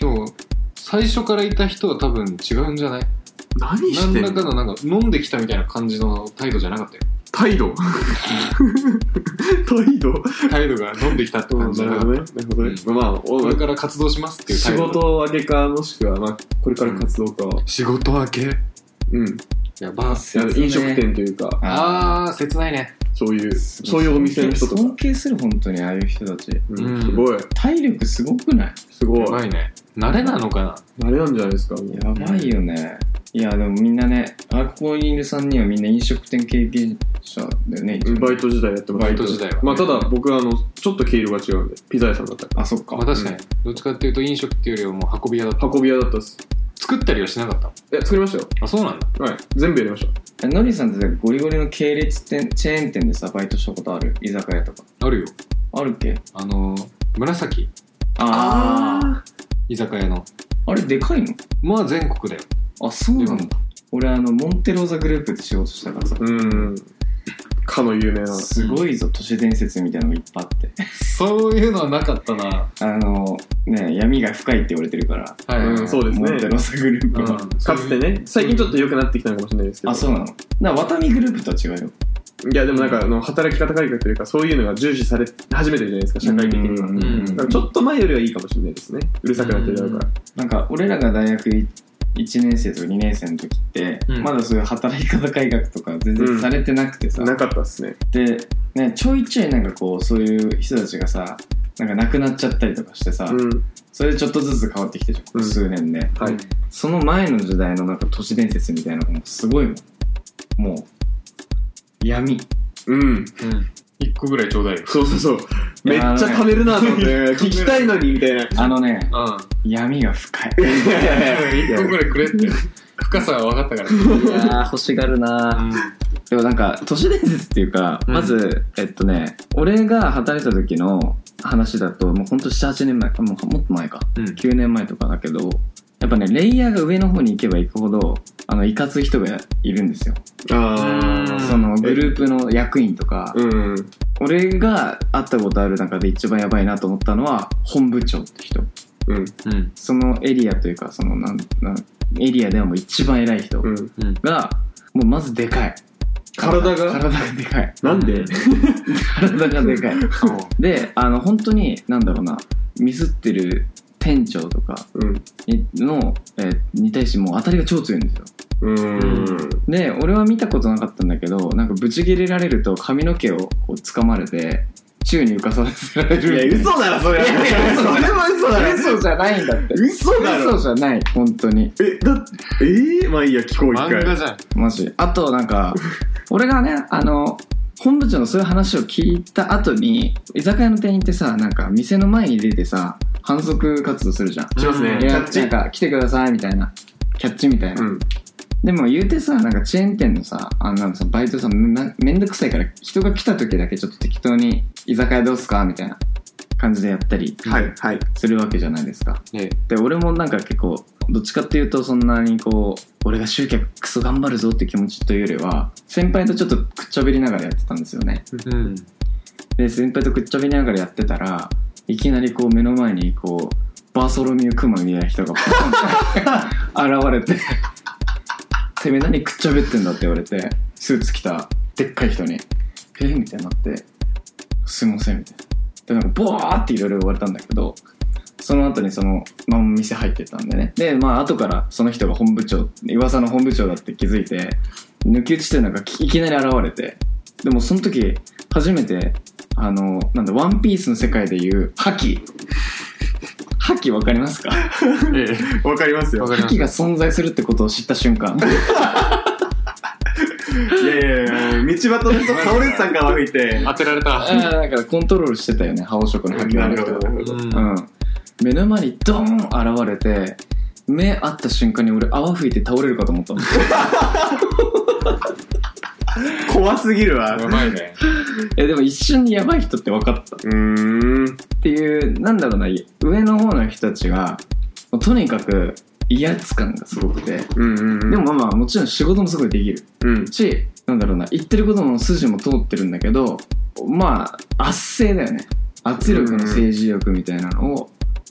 B: でも最初からいた人は多分違うんじゃない
D: 何し
B: 何
D: てん
B: らか
D: の
B: のなんか飲んできたみたいな感じの態度じゃなかったよ
D: 態 <laughs> 度。態度。
B: 態度が飲んできたって
D: う
B: 感
D: ん
B: じ
D: な
B: じゃな
D: る
B: か
D: ほ
B: っ
D: どね。なるほどね。まあ、
B: たこ
D: お
B: れから活動しますっていう
D: 仕
B: 態度
D: 事明けか、もしくは、まあ、これから活動か。
B: 仕事明け
D: うん。
B: やば
D: あの飲食店というか、
C: あ
B: あー切ないね
D: そういう、
C: ー
D: そういうお店の人とか
C: 尊。敬する本当にああいう人たち
D: う
B: うん
D: ん、すごい。
C: 体力すごくない
D: すごい
B: や。ばいね慣れなのかな
D: あれなんじゃないですか。もう
C: やばいよねいやでもみんなねあここにいる3人はみんな飲食店経験者だよね一応ね
D: バイト時代やってました
B: バイト時代はね
D: まあただ僕はあのちょっと毛色が違うんでピザ屋さんだったか
C: あそっか
B: まあ確かにどっちかっていうと飲食っていうよりはもう運び屋だった
D: ら運び屋だったっす
B: 作ったりはしなかった
D: いや作りましたよ
B: あそうなんだ
D: はい全部やりまし
C: えのりさんってさゴリゴリの系列店チェーン店でさバイトしたことある居酒屋とか
B: あるよ
C: あるっけ
B: あのー紫
D: た
C: あ
B: 居酒屋の
C: ああれでかいの
B: まあ全国だよ
C: あそうなんだ俺あのモンテローザグループって仕事したからさ
D: ーうんかの有名な
C: すごいぞ都市伝説みたいなのがいっぱいあって <laughs>
B: そういうのはなかったな
C: あのね闇が深いって言われてるから
B: はい、
D: うんそうですね
C: モンテローザグループは、
B: うん
D: かつてね最近ちょっと良くなってきたのかもしれないですけど
C: あそうなのだからワタミグループとは違うよ
D: いやでもなんかあの働き方改革というかそういうのが重視され始めてるじゃないですか社会的には
C: う
D: だ
C: んうんうん
D: からちょっと前よりはいいかもしれないですねうるさくなってるだろうから
C: なんか俺らが大学1年生とか2年生の時って、
B: うん
C: まだそういう働き方改革とか全然されてなくてさ、
D: なかったっすね
C: で、ね、ちょいちょいなんかこうそういう人たちがさなんか亡くなっちゃったりとかしてさ、
D: うん
C: それでちょっとずつ変わってきてるじゃんここ数年で、
D: はい
C: その前の時代のなんか都市伝説みたいなのもすごいもんもう闇
D: うん
B: うん
A: 一個ぐらいちょうだいよ。
D: そうそうそう。
C: い
D: めっち
C: や
D: ゃ貯めるなと思って、聞きたいのに、みたい
C: <laughs>
D: な。
C: あのね、
B: <laughs>
A: うん。
C: 闇が深 <laughs> い。
A: 一個ぐらいくれって。深さは分かったから。
C: いやー、欲しがるなでもなんか、都市伝説っていうか、
A: うん
C: まず、えっとね、俺が働いた時の話だと、もうほんと7、8年前か、もうもっと前か、
A: うん
C: 9年前とかだけど、やっぱね、レイヤーが上の方に行けば行くほど、あの、いかつい人がいるんですよ。
D: あ
A: うん
D: ー
C: その、グループの役員とか、
D: うん。
C: 俺が会ったことある中で一番やばいなと思ったのは、本部長って人。
D: うん。
A: うん。
C: そのエリアというか、その、なん、なん、エリアではもう一番偉い人
D: うん。
C: が、もうまずでかい。
D: 体が
C: 体がでかい。
D: なんで
C: 体がでかい。で、あの、本当に、なんだろうな、ミスってる店長とか
D: うん。
C: にの、えーに対してもう当たりが超強いんですよ。
D: うん。
C: で、俺は見たことなかったんだけど、なんかブチ切れられると髪の毛をこう掴まれて、宙に浮かさせられる。いや、
D: 嘘だろ、それ。それは嘘だろ。
C: 嘘じゃないんだって。
D: 嘘だ
C: 嘘
D: ろ。
C: じゃない、本当に。
D: え、だ、えー、まあいいや、聞こう、一
A: 漫画
D: 回。
A: じゃん。
C: マジ。あと、なんか、俺がね、あの、本部長のそういう話を聞いた後に、居酒屋の店員ってさ、なんか店の前に出てさ、反則活動するじゃん。
D: しますね。
A: うん
D: キ
C: いや
D: ャッチ
C: なん。か来てくださいみたいなキャッチみたいな、
D: うん。
C: でも言うてさなんかチェーン店のさあのさバイトさめなめんどくさいから人が来た時だけちょっと適当に居酒屋どうすかみたいな感じでやったり
D: はい、はい。
C: するわけじゃないですか、
A: ええ
C: で俺もなんか結構どっちかっていうとそんなにこう俺が集客クソ頑張るぞって気持ちというよりは先輩とちょっとくっちゃべりながらやってたんですよね
A: うん。
C: で先輩とくっちゃべりながらやってたらいきなりこう目の前にこうバーソロミュークマみたいな人がポンって現れて「てめえ何くっちゃべってんだ」って言われてスーツ着たでっかい人に「えみたいになって「すいません」みたいなでなんかボワーっていろいろ言われたんだけどその後にその、まあ、店入ってったんでねでまあ後からその人が本部長噂の本部長だって気づいて抜き打ちというのがいきなり現れてでもその時初めてあのなんだワンピースの世界でいう覇気覇気わかりますか
A: え
D: わかります
A: え。わ
D: よ。
A: かり
C: 覇
A: ます
C: 気。が存在するってことを知った瞬間
D: いやいやいや、道端の人倒れてたんから歩いて。
A: 当てられた。
C: あーだからコントロールしてたよね覇王色の覇気
D: な
C: は
D: るほど、なるほ
A: う
D: ど。
A: ん。
C: うん、目の前にドーン現れて目合った瞬間に俺泡吹いて倒れるかと思ったの
D: 怖すぎるわ。
A: や
D: う
A: ばいね。
C: えでも一瞬にやばい人って分かった
D: ーん。
C: っていうなんだろうな上の方の人たちがもうとにかく威圧感がすごくて
D: うんうんうん。
C: で、もまあまあもちろん仕事もすごいできる
D: うん。
C: しなんだろうな言ってることも筋も通ってるんだけどまあ圧政だよね圧力の政治力みたいなのを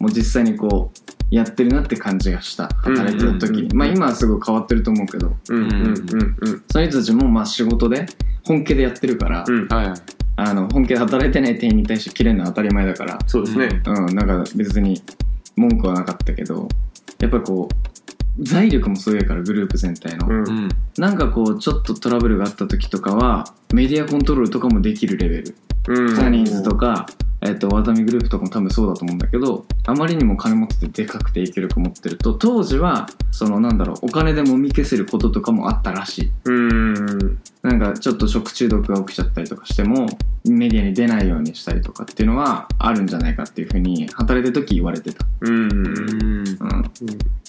C: もう実際にこうやってるなって感じがした働いてた
D: うんうん
C: 時
D: うん
C: に
D: うん
C: まあ今はすごい変わってると思うけど
D: うんうんうんうん。
C: その人たちもまあ仕事で本気でやってるから、
D: うん。
A: はいはい。
C: あの本気で働いてない店員に対して切れるのは当たり前だから
D: そうですね。
C: うん、なんか別に文句はなかったけど、やっぱりこう、財力もすごいからグループ全体の、
D: うん。
A: うん。
C: なんかこうちょっとトラブルがあった時とかはメディアコントロールとかもできるレベルジ
D: うん。
C: ャニーズとか、えっとワタミグループとかも多分そうだと思うんだけどあまりにも金持っててでかくて影響力持ってると当時はそのなんだろうお金でもみ消せることとかもあったらしい
D: うん。
C: なんかちょっと食中毒が起きちゃったりとかしてもメディアに出ないようにしたりとかっていうのはあるんじゃないかっていうふうに働いてる時言われてた
D: うん。
A: うん。
C: うん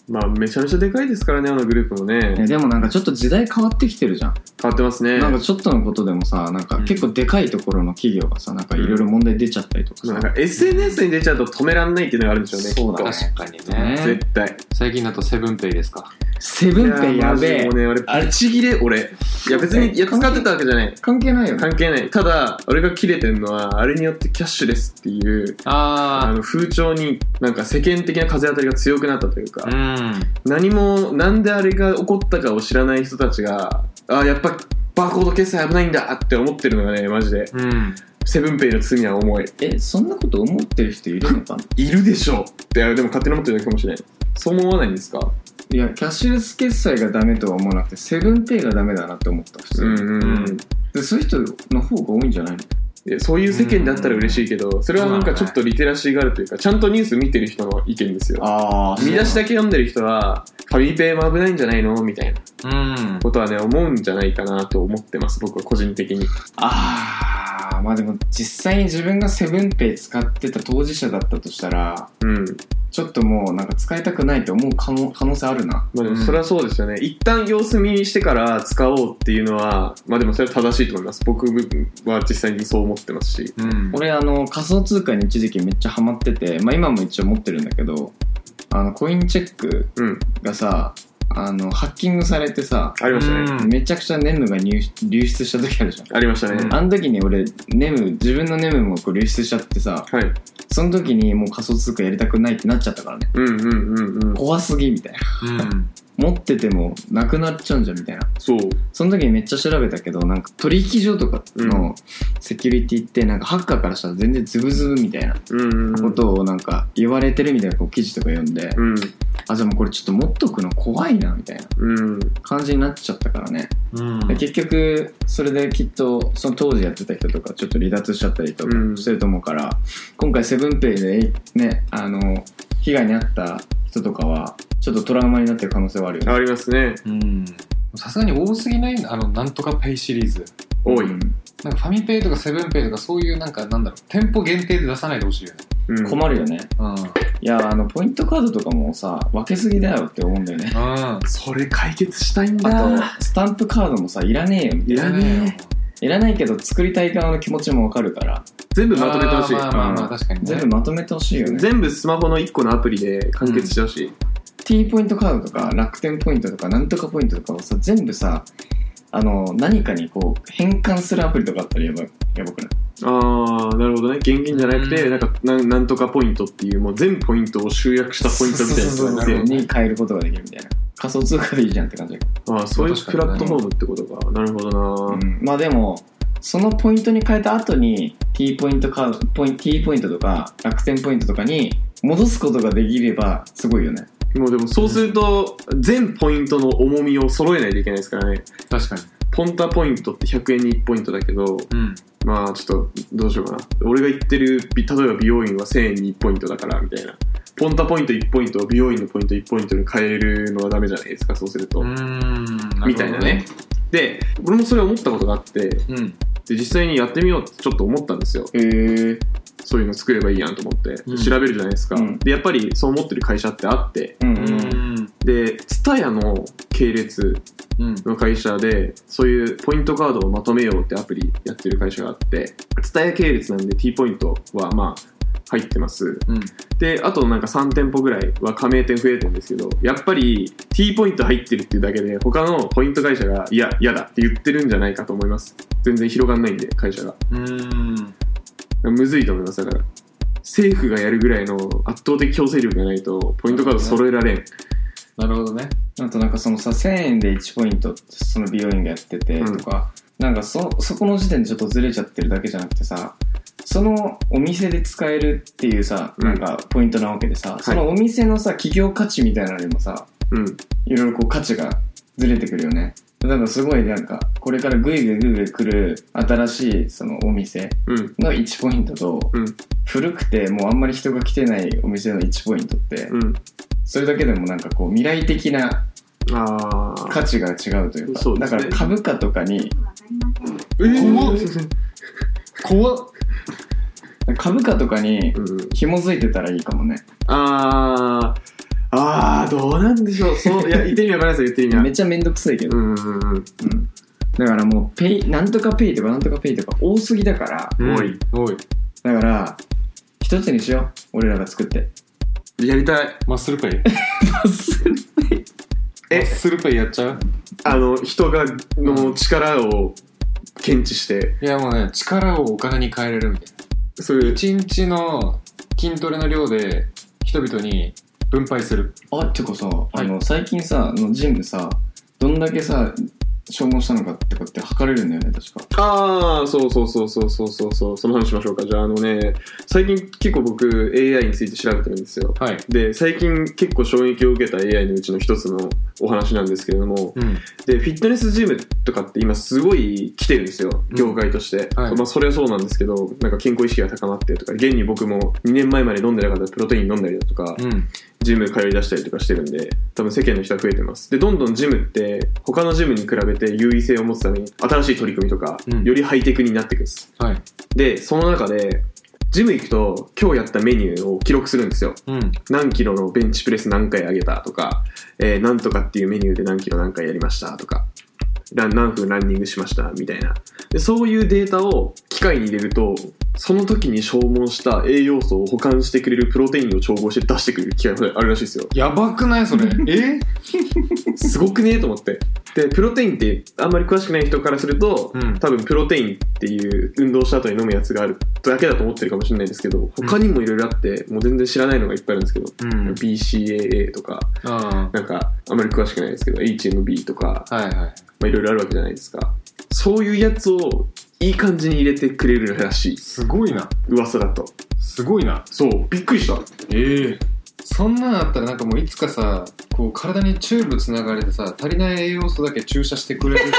D: まあ、めちゃめちゃでかいですからね、あのグループも
C: え
D: ね。
C: でもなんかちょっと時代変わってきてるじゃん、
D: 変わってますね。
C: なんかちょっとのことでもさなんか結構でかいところの企業がさなんかいろいろ問題出ちゃったりとかさ、
D: なんか SNS に出ちゃうと止めらんないっていうのがあるんでしょうね。
C: そうだね
A: 確かに
C: ね
A: ね。
D: 絶対。
A: 最近だとセブンペイですか。
C: セブンペイやべ
D: い
C: え
D: ーマジもうね、俺、あれちぎれ、俺。いや、別に、いや、使ってたわけじゃない。
C: 関係ないよね
D: 関係ない。ただ、俺が切れてるのは、あれによってキャッシュレスっていう、あ
A: あ
D: の風潮になんか世間的な風当たりが強くなったというか
A: あ。う、ん。
D: 何も、なんであれが起こったかを知らない人たちが、あーやっぱバーコード決済危ないんだって思ってるのがね、マジで、
A: うん。
D: セブンペイの罪は重い。
C: えそんなこと思ってる人いるの
D: <laughs>
C: かない
D: るでしょういや、でも勝手に思ってるだけかもしれない。そう思わないんですか
C: いやキャッシュレス決済がダメとは思わなくてセブンペイがダメだなって思った普通、
D: うんうんうん。
A: うん
C: でそういう人の方が多いんじゃないの
D: いやそういう世間だったら嬉しいけど、それはなんかちょっとリテラシーがあるというか、ちゃんとニュース見てる人の意見ですよ。
C: あ
D: 見出しだけ読んでる人は、ファミペイも危ないんじゃないのみたいな
A: うん。
D: ことはね、思うんじゃないかなと思ってます、僕は個人的に。
C: あーあまあでも実際に自分がセブンペイ使ってた当事者だったとしたら
D: うん。
C: ちょっともうなんか使いたくないって思う可能可能性あるな
D: まあでもそれはそうですよね。一旦様子見にしてから使おうっていうのは、まあでもそれは正しいと思います。僕は実際にそう思ってますし。
B: うん
C: 俺あの仮想通貨に一時期めっちゃハマってて、まあ、今も一応持ってるんだけどあのコインチェック
D: うん。
C: がさあのハッキングされてさ
D: ありましたね。
B: うん
C: めちゃくちゃネムが入手流出した時あるじゃん
D: ありましたね。
C: あの時に俺ネム自分のネムもこう流出しちゃってさ
D: はい。
C: その時にもう仮想通貨やりたくないってなっちゃったからね
D: うんうんうんうん。
C: 怖すぎみたいな
B: うん
C: 持っててもなくなっちゃうんじゃんみたいな
D: そう。
C: その時にめっちゃ調べたけどなんか取引所とかのセキュリティってなんかハッカーからしたら全然ズブズブみたいな
D: うんうんうん。
C: ことをなんか言われてるみたいなこう記事とか読んで、
D: うん。
C: あじゃあもうこれちょっと持っとくの怖いなみたいな
D: うん。
C: 感じになっちゃったからね、
B: うん
C: で結局それできっとその当時やってた人とかちょっと離脱しちゃったりとか
D: うん
C: してると思うから、今回セブンペイでねあの被害に遭った人とかはちょっとトラウマになってる可能性はあるよね
D: ありますね。
B: うん
A: さすがに多すぎないあの、なんとかペイシリーズ。
D: 多い。
C: うん
A: なんかファミペイとかセブンペイとかそういうなんかなんだろう、店舗限定で出さないでほしいよね。
D: うん
C: 困るよね
A: うん。
C: いやあのポイントカードとかもさ分けすぎだよって思うんだよね
A: うん。
D: それ解決したいん
C: あとスタンプカードもさいらねえよみたい
D: い
C: な
D: らね
C: いらないけど作りたい側の気持ちも分かるから
D: 全部まとめてほしい。
A: あーまあまあまあ、確かにね。
C: 全部まとめてほしいよね
D: 全部スマホの1個のアプリで完結してほしい。
C: T ポイントカードとか楽天ポイントとかなんとかポイントとかをさ全部さあの何かにこう変換するアプリとかあったらやばいやばくない
D: ああ、なるほどね。現金じゃなくて、
A: うん
D: なんかなん、なんとかポイントっていう、もう全ポイントを集約したポイントみたいなやつ
C: そう
D: が
C: そ
D: あ
C: う
D: っ
C: そう
D: て、
C: に変えることができるみたいな仮想通貨でいいじゃんって感じだけ
D: ああ、そういう
A: 確か
D: プ
A: にね
D: ラットフォームってことか。なるほどな
C: ど、う。んまあでもそのポイントに変えた後に T ポイントカードポイン T ポイントとか楽天ポイントとかに戻すことができればすごいよね
D: もうでも、そうすると、全ポイントの重みを揃えないといけないですからね。
A: 確かに。
D: ポンタポイントって100円に1ポイントだけど、
A: うん。
D: まあちょっと、どうしようかな。俺が言ってる、び例えば美容院は1000円に1ポイントだから、みたいな。ポンタポイント1ポイントを美容院のポイント1ポイントに変えるのはダメじゃないですか、そうすると。
A: ん
D: みたいなね。。で、俺もそれ思ったことがあって、
A: うん。
D: で実際にやってみようってちょっと思ったんですよ
C: へえ
D: そういうの作ればいいやんと思って、
A: うん
D: 調べるじゃないですか、
C: うん
D: でやっぱりそう思ってる会社ってあって
C: うんう
A: うんん。
D: で TSUTAYA の系列
A: うん。
D: の会社でそういうポイントカードをまとめようってアプリやってる会社があって TSUTAYA 系列なんで T ポイントはまあ入ってます
A: うん。
D: であとなんか3店舗ぐらいは加盟店増えてるんですけどやっぱり T ポイント入ってるっていうだけで他のポイント会社がいや嫌だって言ってるんじゃないかと思います全然広がんないんで会社が
A: うん。
D: むずいと思いますだから政府がやるぐらいの圧倒的強制力がないとポイントカード揃えられん、
A: なるほどね。
C: あとなんかそのさ1000円で1ポイントってその美容院がやってて
D: うん
C: とか、なんかそそこの時点でちょっとずれちゃってるだけじゃなくてさそのお店で使えるっていうさ、
D: うん
C: なんかポイントなわけでさ、そのお店のさ企業価値みたいなのにもさ
D: うん
C: いろいろこう価値がずれてくるよねだからすごいなんかこれからグイグイグイグイ来る新しいそのお店
D: うん
C: の1ポイントと、
D: うん
C: 古くてもうあんまり人が来てないお店の1ポイントって、
D: うん
C: それだけでもなんかこう未来的な
D: あ
C: 価値が違うというか
D: そうで
C: だ
D: す
C: か
D: ね
C: ら株価とかに
D: えー
A: 怖っ怖っ。
C: 株価とかに
D: うん、
C: 紐づいてたらいいかもね
D: あーあーどうなんでしょうそういや言ってる意味わかりますよ言ってる意味は
C: めちゃめんどくさいけ
D: う
C: ど、
D: んうんうん
C: うんだからもうペイなんとかペイとかなんとかペイとか多すぎだから
A: 多
D: 多
A: い
D: い。
A: 多い。
C: だから一つにしよう俺らが作って
D: やりたい
A: マッスルペイマッ
D: え
A: スルペイやっちゃう
D: あの人がの力を検知して
A: いやもうね、力をお金に変えれるみたいな。
D: そういう
A: 一日の筋トレの量で人々に分配する。
C: あてかさ、あの最近さあのジムさどんだけさ消耗したのかとかって測れるんだよね確か
D: ああ、そうそうそうそうそうそうそう、その話しましょうか。じゃあ、あのね、最近結構僕 AI について調べてるんですよ。
A: はい。
D: で、最近結構衝撃を受けた AI のうちの一つのお話なんですけれども、
A: うん。
D: で、フィットネスジムとかって今すごい来てるんですよ、
A: うん
D: 業界として。
A: はい
D: まあ、それはそうなんですけど、なんか健康意識が高まってとか、現に僕も2年前まで飲んでなかったプロテイン飲んだりだとか、
A: うん。
D: ジム通い出したりとかしてるんで、多分世間の人は増えてます。で、どんどんジムって、他のジムに比べて優位性を持つために、新しい取り組みとか、
B: うん
D: よりハイテクになっていくんです。
B: はい。
D: で、その中で、ジム行くと、今日やったメニューを記録するんですよ。
B: うん。
D: 何キロのベンチプレス何回上げたとか、えーなんとかっていうメニューで何キロ何回やりましたとか、ラン何分ランニングしましたみたいなで。そういうデータを機械に入れると、その時に消耗した栄養素を保管してくれるプロテインを調合して出してくれる機械があるらしい
B: <laughs>
D: ですよ。
B: やばくないそれ。え
D: すごくねと思って。で、プロテインってあんまり詳しくない人からすると、
B: うん
D: 多分プロテインっていう運動した後に飲むやつがあるだけだと思ってるかもしれないですけど、他にもいろいろあって、もう全然知らないのがいっぱいあるんですけど、
B: うん。
D: BCAA とか、
B: あ
D: なんか、あまり詳しくないですけど、HMB とか、
B: あ。はいはい。
D: まあ、いろいろあるわけじゃないですか。そういうやつを、いい感じに入れてくれるらしい。
B: すごいな。
D: 噂だと。
B: すごいな。
D: そう、びっくりした。
B: ええそんなんあったらなんかもういつかさ、こう体にチューブつながれてさ、足りない栄養素だけ注射してくれる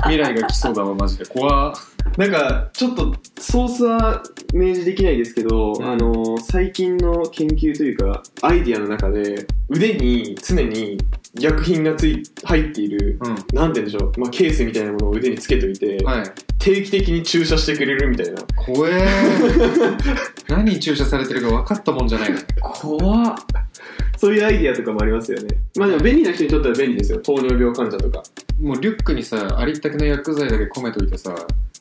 B: 未来が来そうだわ、マジで。怖っ
D: なんか、ちょっと、
E: ソースは明示できないですけど、
B: うん
E: あの最近の研究というか
D: アイディアの中で、腕に常に薬品がつい入っている、
B: うん。
D: なんて言うんでしょう、まあ、ケースみたいなものを腕につけといて、
B: はい。
D: 定期的に注射してくれるみたいな。
B: 怖えー何注射されてるか分かったもんじゃない
E: 怖っ
D: そういうアイディアとかもありますよね。まあでも便利な人にとっては便利ですよ。糖尿病患者とか。
B: もうリュックにさありったけの薬剤だけ込めといてさ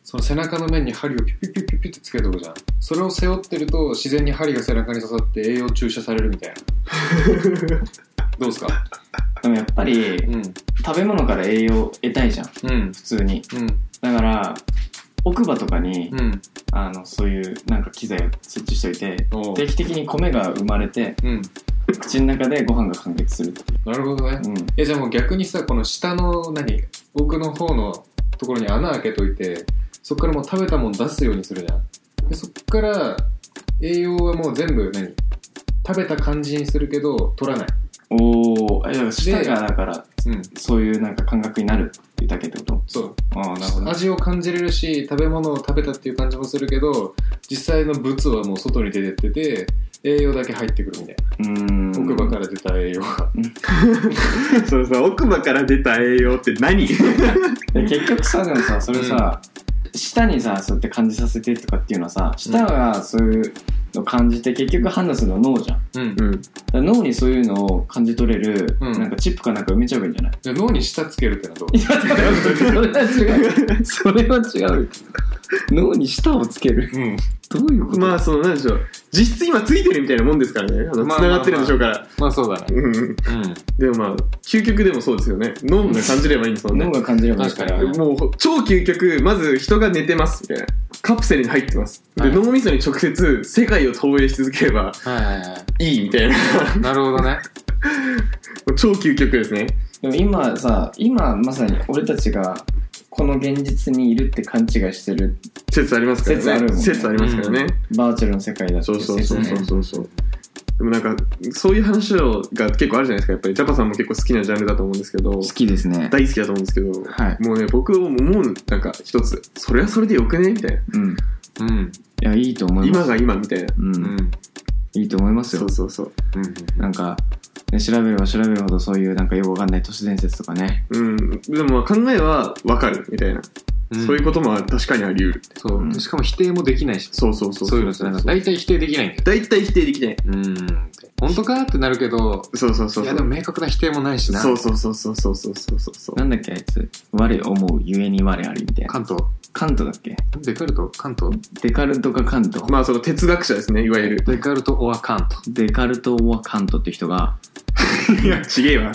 B: その背中の面に針をピュピュピュピュピュってつけとくじゃんそれを背負ってると自然に針が背中に刺さって栄養注射されるみたいなどうですか
C: でもやっぱり
B: うん
C: 食べ物から栄養を得たいじゃん
B: うん
C: 普通に
B: うん
C: だから奥歯とかに、
B: うん
C: あのそういうなんか機材を設置しといて
B: おう
C: 定期的に米が生まれて
B: うん
C: 口の中でご飯が完結するってい
B: なるほどね
C: う、うん、
B: えじゃあもう逆にさこの下の何奥の方のところに穴開けといてそっからもう食べたもん出すようにするじゃんでそっから栄養はもう全部何食べた感じにするけど取らない
C: おおだから舌
B: で
C: がだから
B: うん
C: そういうなんか感覚になるっていうだけってこと
B: そう
C: ああなるほど
B: 味を感じれるし食べ物を食べたっていう感じもするけど実際の物はもう外に出てってて栄養だけ入ってくるみたいな、
C: うーん
B: 奥歯から出た栄養が
D: <laughs> そうさ、奥歯から出た栄養って何
C: で結局さでもさそれさ、舌にさそうやって感じさせてとかっていうのはさ舌がそういうの感じて結局判断するのは脳じゃん
B: う
C: だ
B: ん
D: うん。
C: から脳にそういうのを感じ取れる、
B: うん
C: なんかチップかなんか埋めちゃえばいいんじゃない
B: じゃあ脳に舌つけるってのはどう
C: いやそれは違うそれは違う脳に舌をつける
B: うん
C: どういうこと、
D: まあ、その、なんでしょう。実質今ついてるみたいなもんですからね。あの、
B: まあ
D: 繋がってるんでしょうから。
B: <laughs> まあそうだね
D: うんうん。
B: う
D: でもまあ、究極でもそうですよね。脳が感じればいいんですもん
C: 脳
D: ね。
C: が感じればいい
B: 確かに
D: もう、超究極、まず人が寝てます、みたいな。カプセルに入ってます。で、
B: はい
D: 脳みそに直接世界を投影し続ければ
B: んはいはいはい
D: い、み <laughs> たいな。
B: いなるほどね
D: 超究極ですね。
C: でも今さ今まさに俺たちがこの現実にいるって勘違いしてる
D: 説ありますからね。
C: 説あるもんね
D: 説ありますからね。
C: バーチャルの世界だって
D: そ
C: いうう
D: そうそう
C: 説
D: そ
C: ね
D: うそうそう。でもなんか、そういう話をが結構あるじゃないですか。やっぱり、ジャパさんも結構好きなジャンルだと思うんですけど、
C: 好きですね
D: 大好きだと思うんですけど、
C: はい
D: もうね、僕思う、なんか一つ、それはそれでよくねみたいな。
C: うん
B: うん
C: いやいいと思います
D: 今が今みたいな。
C: うん、
B: うんうん
C: いいと思います
D: そ
C: よ
D: うそうそう。
C: なんか、ね、調べれば調べるほどそういうなんかよくわかんない都市伝説とかね
D: うん。でもまあ考えはわかるみたいな。
B: うん
D: そういうことも確かにあり得る。
B: そう、
C: うん
B: しかも否定もできないし
D: そうそうそう。
B: そういうのってなんか大体否定できないんだよ
D: 大体否定できない。
B: うん本当かってなるけど
D: そうそうそうそ
B: いやでも
D: う。
B: 明確な否定もないしな
D: そうそうそうそうそうそうそうそうそう。
C: なんだっけあいつ我思うゆえに我ありみたいな
B: 関東
C: カントだっけ
B: デカルト関東
C: デカルトかカント、
D: まあその哲学者ですね、いわゆる。
B: デカルトオアカント
C: デカルトはカントっていう人が
D: いや、ちげえわ。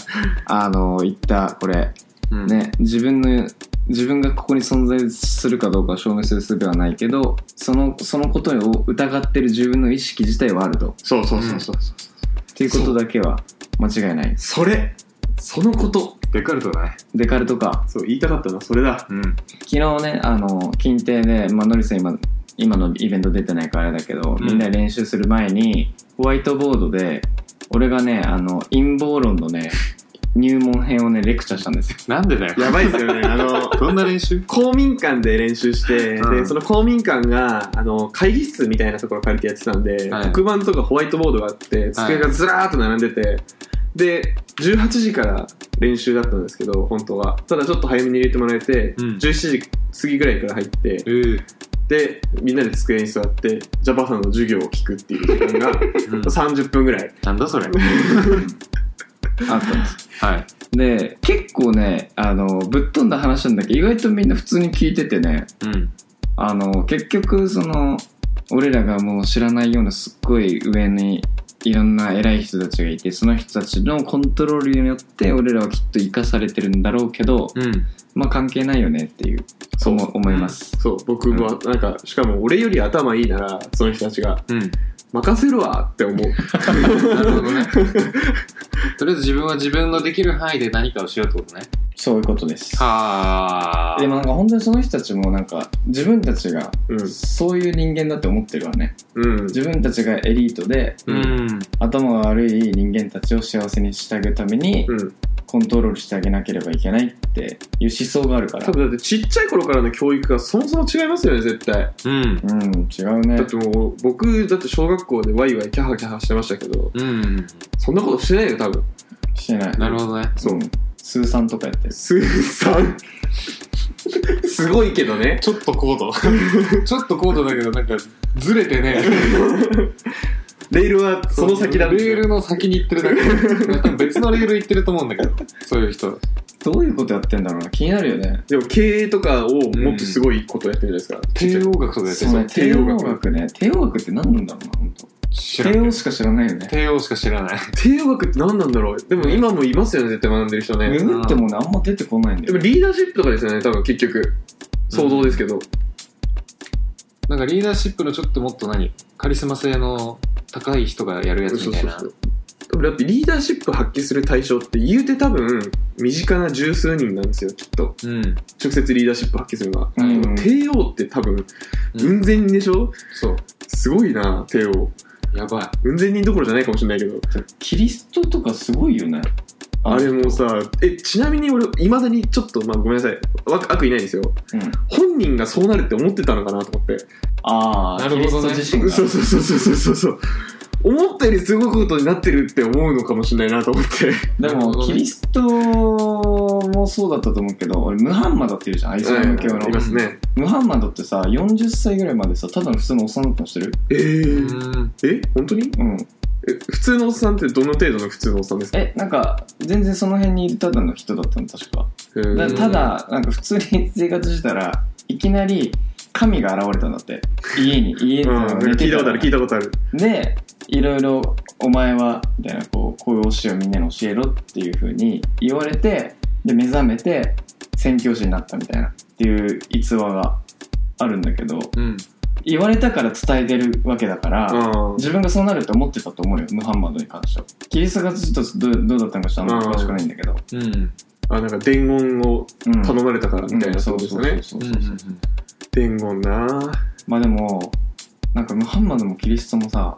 C: あの言ったこれ
B: うん
C: ね自分の自分がここに存在するかどうかを証明する術はないけどそのそのことを疑ってる自分の意識自体はあると
D: そうそうそうそう。
C: っていうことだけは間違いない
D: それそのこと
B: デカルトだね
C: デカルトか
D: そう、言いたかったのはそれだ。
B: うん
C: 昨日ねあの近定で、まあ、ノリさん今今のイベント出てないからあれだけど、
B: ん
C: みんなで練習する前にホワイトボードで俺がねあの陰謀論のね入門編をね、レクチャーしたんですよ。
B: なんでだよ。
D: やばいですよね。あの、
B: どんな
D: <laughs>
B: 練習
D: 公民館で練習して、
B: うん
D: でその公民館があの会議室みたいなところ借りてやってたんで、
B: はい
D: 黒板とかホワイトボードがあって机がずらーっと並んでて、で18時から練習だったんですけど本当はただちょっと早めに入れてもらえて、
B: うん
D: 17時過ぎぐらいから入って
B: えー
D: でみんなで机に座ってジャパさんの授業を聞くっていう時間が
B: うん
D: 30分ぐらい
B: なんだそれ。
C: あったんです。
B: はい。
C: で、結構ね、あの、ぶっ飛んだ話なんだけど、意外とみんな普通に聞いててね、
B: うん。
C: あの、結局、その、俺らがもう知らないようなすっごい上にいろんな偉い人たちがいて、その人たちのコントロールによって俺らはきっと生かされてるんだろうけど、
B: うん。
C: まあ関係ないよねっていう、そう思思います。
D: そう僕はなんかしかも俺より頭いいならその人たちが
B: うん。
D: 任せるわって思う
B: なるほどね。とりあえず自分は自分のできる範囲で何かをしようってことね。
C: そういうことです。
B: はあ。
C: でもなんか本当にその人たちもなんか自分たちが
D: う
C: そういう人間だって思ってるわね。
D: んうん
C: 自分たちがエリートで
B: うん。
C: 頭が悪い人間たちを幸せにしてあげるために
D: うん、
C: コントロールしてあげなければいけないっていう思想があるから
D: 多。分だってちっちゃい頃からの教育がそもそも違いますよね絶対
B: うん。
C: うん、違うね
D: だっ。てもう僕だって小学校でワイワイキャハキャハしてましたけど
B: うん。
D: そんなことしてないよ多分
C: してない。
B: なるほどね。
C: そう。スーさんとかやってる。
D: すさん <laughs> すごいけどね
B: ちょっと高度。 <laughs> ちょっと高度だけど、なんか、ずれてね。
D: レールはその先だ
B: レールの先に行ってるだけ。多分別のレール行ってると思うんだけど、そういう人。
C: どういうことやってんだろうな。気になるよね。
D: でも経営とかをもっとすごいことやってるじゃないです
B: 帝
D: か、
B: 王学とかやって
C: そう
B: る
C: ね、帝王学ね。帝王学って何なんだろうな、本
B: 知
C: 当。
B: ら
C: 帝
B: ない
C: 王。しか知らないよね。
B: 帝王しか知らない。
D: 帝王学って何なんだろうでも今もいますよね絶対学んでる人ね、
C: ググってもね、あんま出てこないんだ
D: で
C: よ
D: も。リーダーシップとかですよね多分結局想像ですけど、
B: なんかリーダーシップのちょっともっと何カリスマ性の高い人がやるやつみたいな。
D: そうそうそうだってリーダーシップ発揮する対象って言うて多分身近な十数人なんですよきっと
B: うん。
D: 直接リーダーシップ発揮するのは、
C: うん
D: でも帝王って多分
B: うん
D: 雲仙人でしょ、
B: そう。
D: すごいな帝王
B: やばい。
D: 雲仙人どころじゃないかもしれないけど
C: キリストとかすごいよね。
D: あれもさえちなみに俺いまだにちょっと、まあ、ごめんなさいわ悪意ないですよ
C: うん。
D: 本人がそうなるって思ってたのかなと思って
C: ああ、
B: なるほどね
C: キリスト
D: そう
C: 自身が。
D: そうそうそうそうそうそう思ったよりすごいことになってるって思うのかもしれないなと思って
C: で
B: なるほど
C: も、
B: ね
C: キリストもそうだったと思うけど、俺、ムハンマドっていうじゃん、アイスラム教
D: うん
C: の
D: い。ますね
C: ムハンマドってさ、40歳ぐらいまでさ、ただの普通のおっさんだったのしてる
D: えー
B: うん。
D: え本当に
C: うん。
D: え普通のおっさんってどの程度の普通のおっさんですか
C: え、なんか、全然その辺にいるただの人だったの、確か。
D: えー
C: だただ、なんか普通に生活してたら、いきなり、神が現れたんだって。
D: <laughs>
C: 家に、家に
D: うん、なんか聞いたことある聞いたことある
C: でいろいろ「お前は」みたいなこうこういう教えをみんなに教えろっていうふうに言われてで目覚めて宣教師になったみたいなっていう逸話があるんだけど
B: うん。
C: 言われたから伝えてるわけだから、
D: うん
C: 自分がそうなると思ってたと思うよムハンマドに関してはキリストがちょっとどうどうだったのかちょっとあんま詳しくないんだけど、
B: うん。。
D: あなんか伝言を
C: うん
D: 頼まれたからみたい
C: うん
D: なそう
C: そ
D: う
C: そ
D: で
C: う
D: す
C: そ
D: よ
C: うそう
D: ね
C: そううん
D: 伝言なぁ
C: まあでもなんかムハンマドもキリストもさ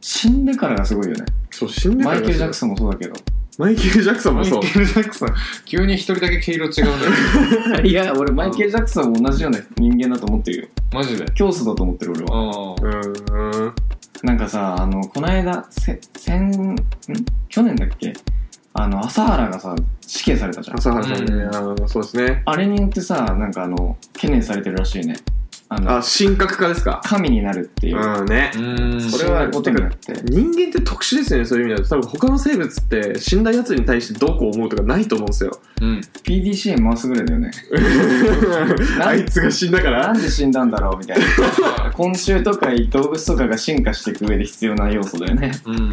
C: 死んでからがすごいよね
D: そう死んでか
C: マ
D: ら
C: イケル・ジャク
D: ソ
C: ソンもそう <laughs> だけど
D: ンマイケル・ジャクソン
B: マ
D: も
B: イ
D: そう
B: ケル・ジャクソン、急に一人だけ毛色違うんだよ。
C: いや俺マイケル・ジャクソンも同じような人間だと思ってるよ
B: マジで。
C: 教祖だと思ってる俺は
B: あ
D: うーん
C: なんかさあのこの間せ先ん去年だっけあの朝原がさ死刑されたじゃん
D: 朝原さんね、あ
B: う
D: ーそうですね
C: あれによってさなんかあの懸念されてるらしいねあの
D: あ神格化ですか
C: 神になるっていう、
D: うんね
B: あ。うん。
C: それはことになって
D: 人間って特殊ですよねそういう意味では多分他の生物って死んだやつに対してどうこう思うとかないと思うんです
C: <laughs>
D: よ
B: うん。
C: PDCA 回すぐらいだよね
D: <laughs> あいつが死んだか
C: な
D: ら
C: んで死んだんだろうみたいな昆虫とか動物とかが進化していく上で必要な要素だよね
B: うん。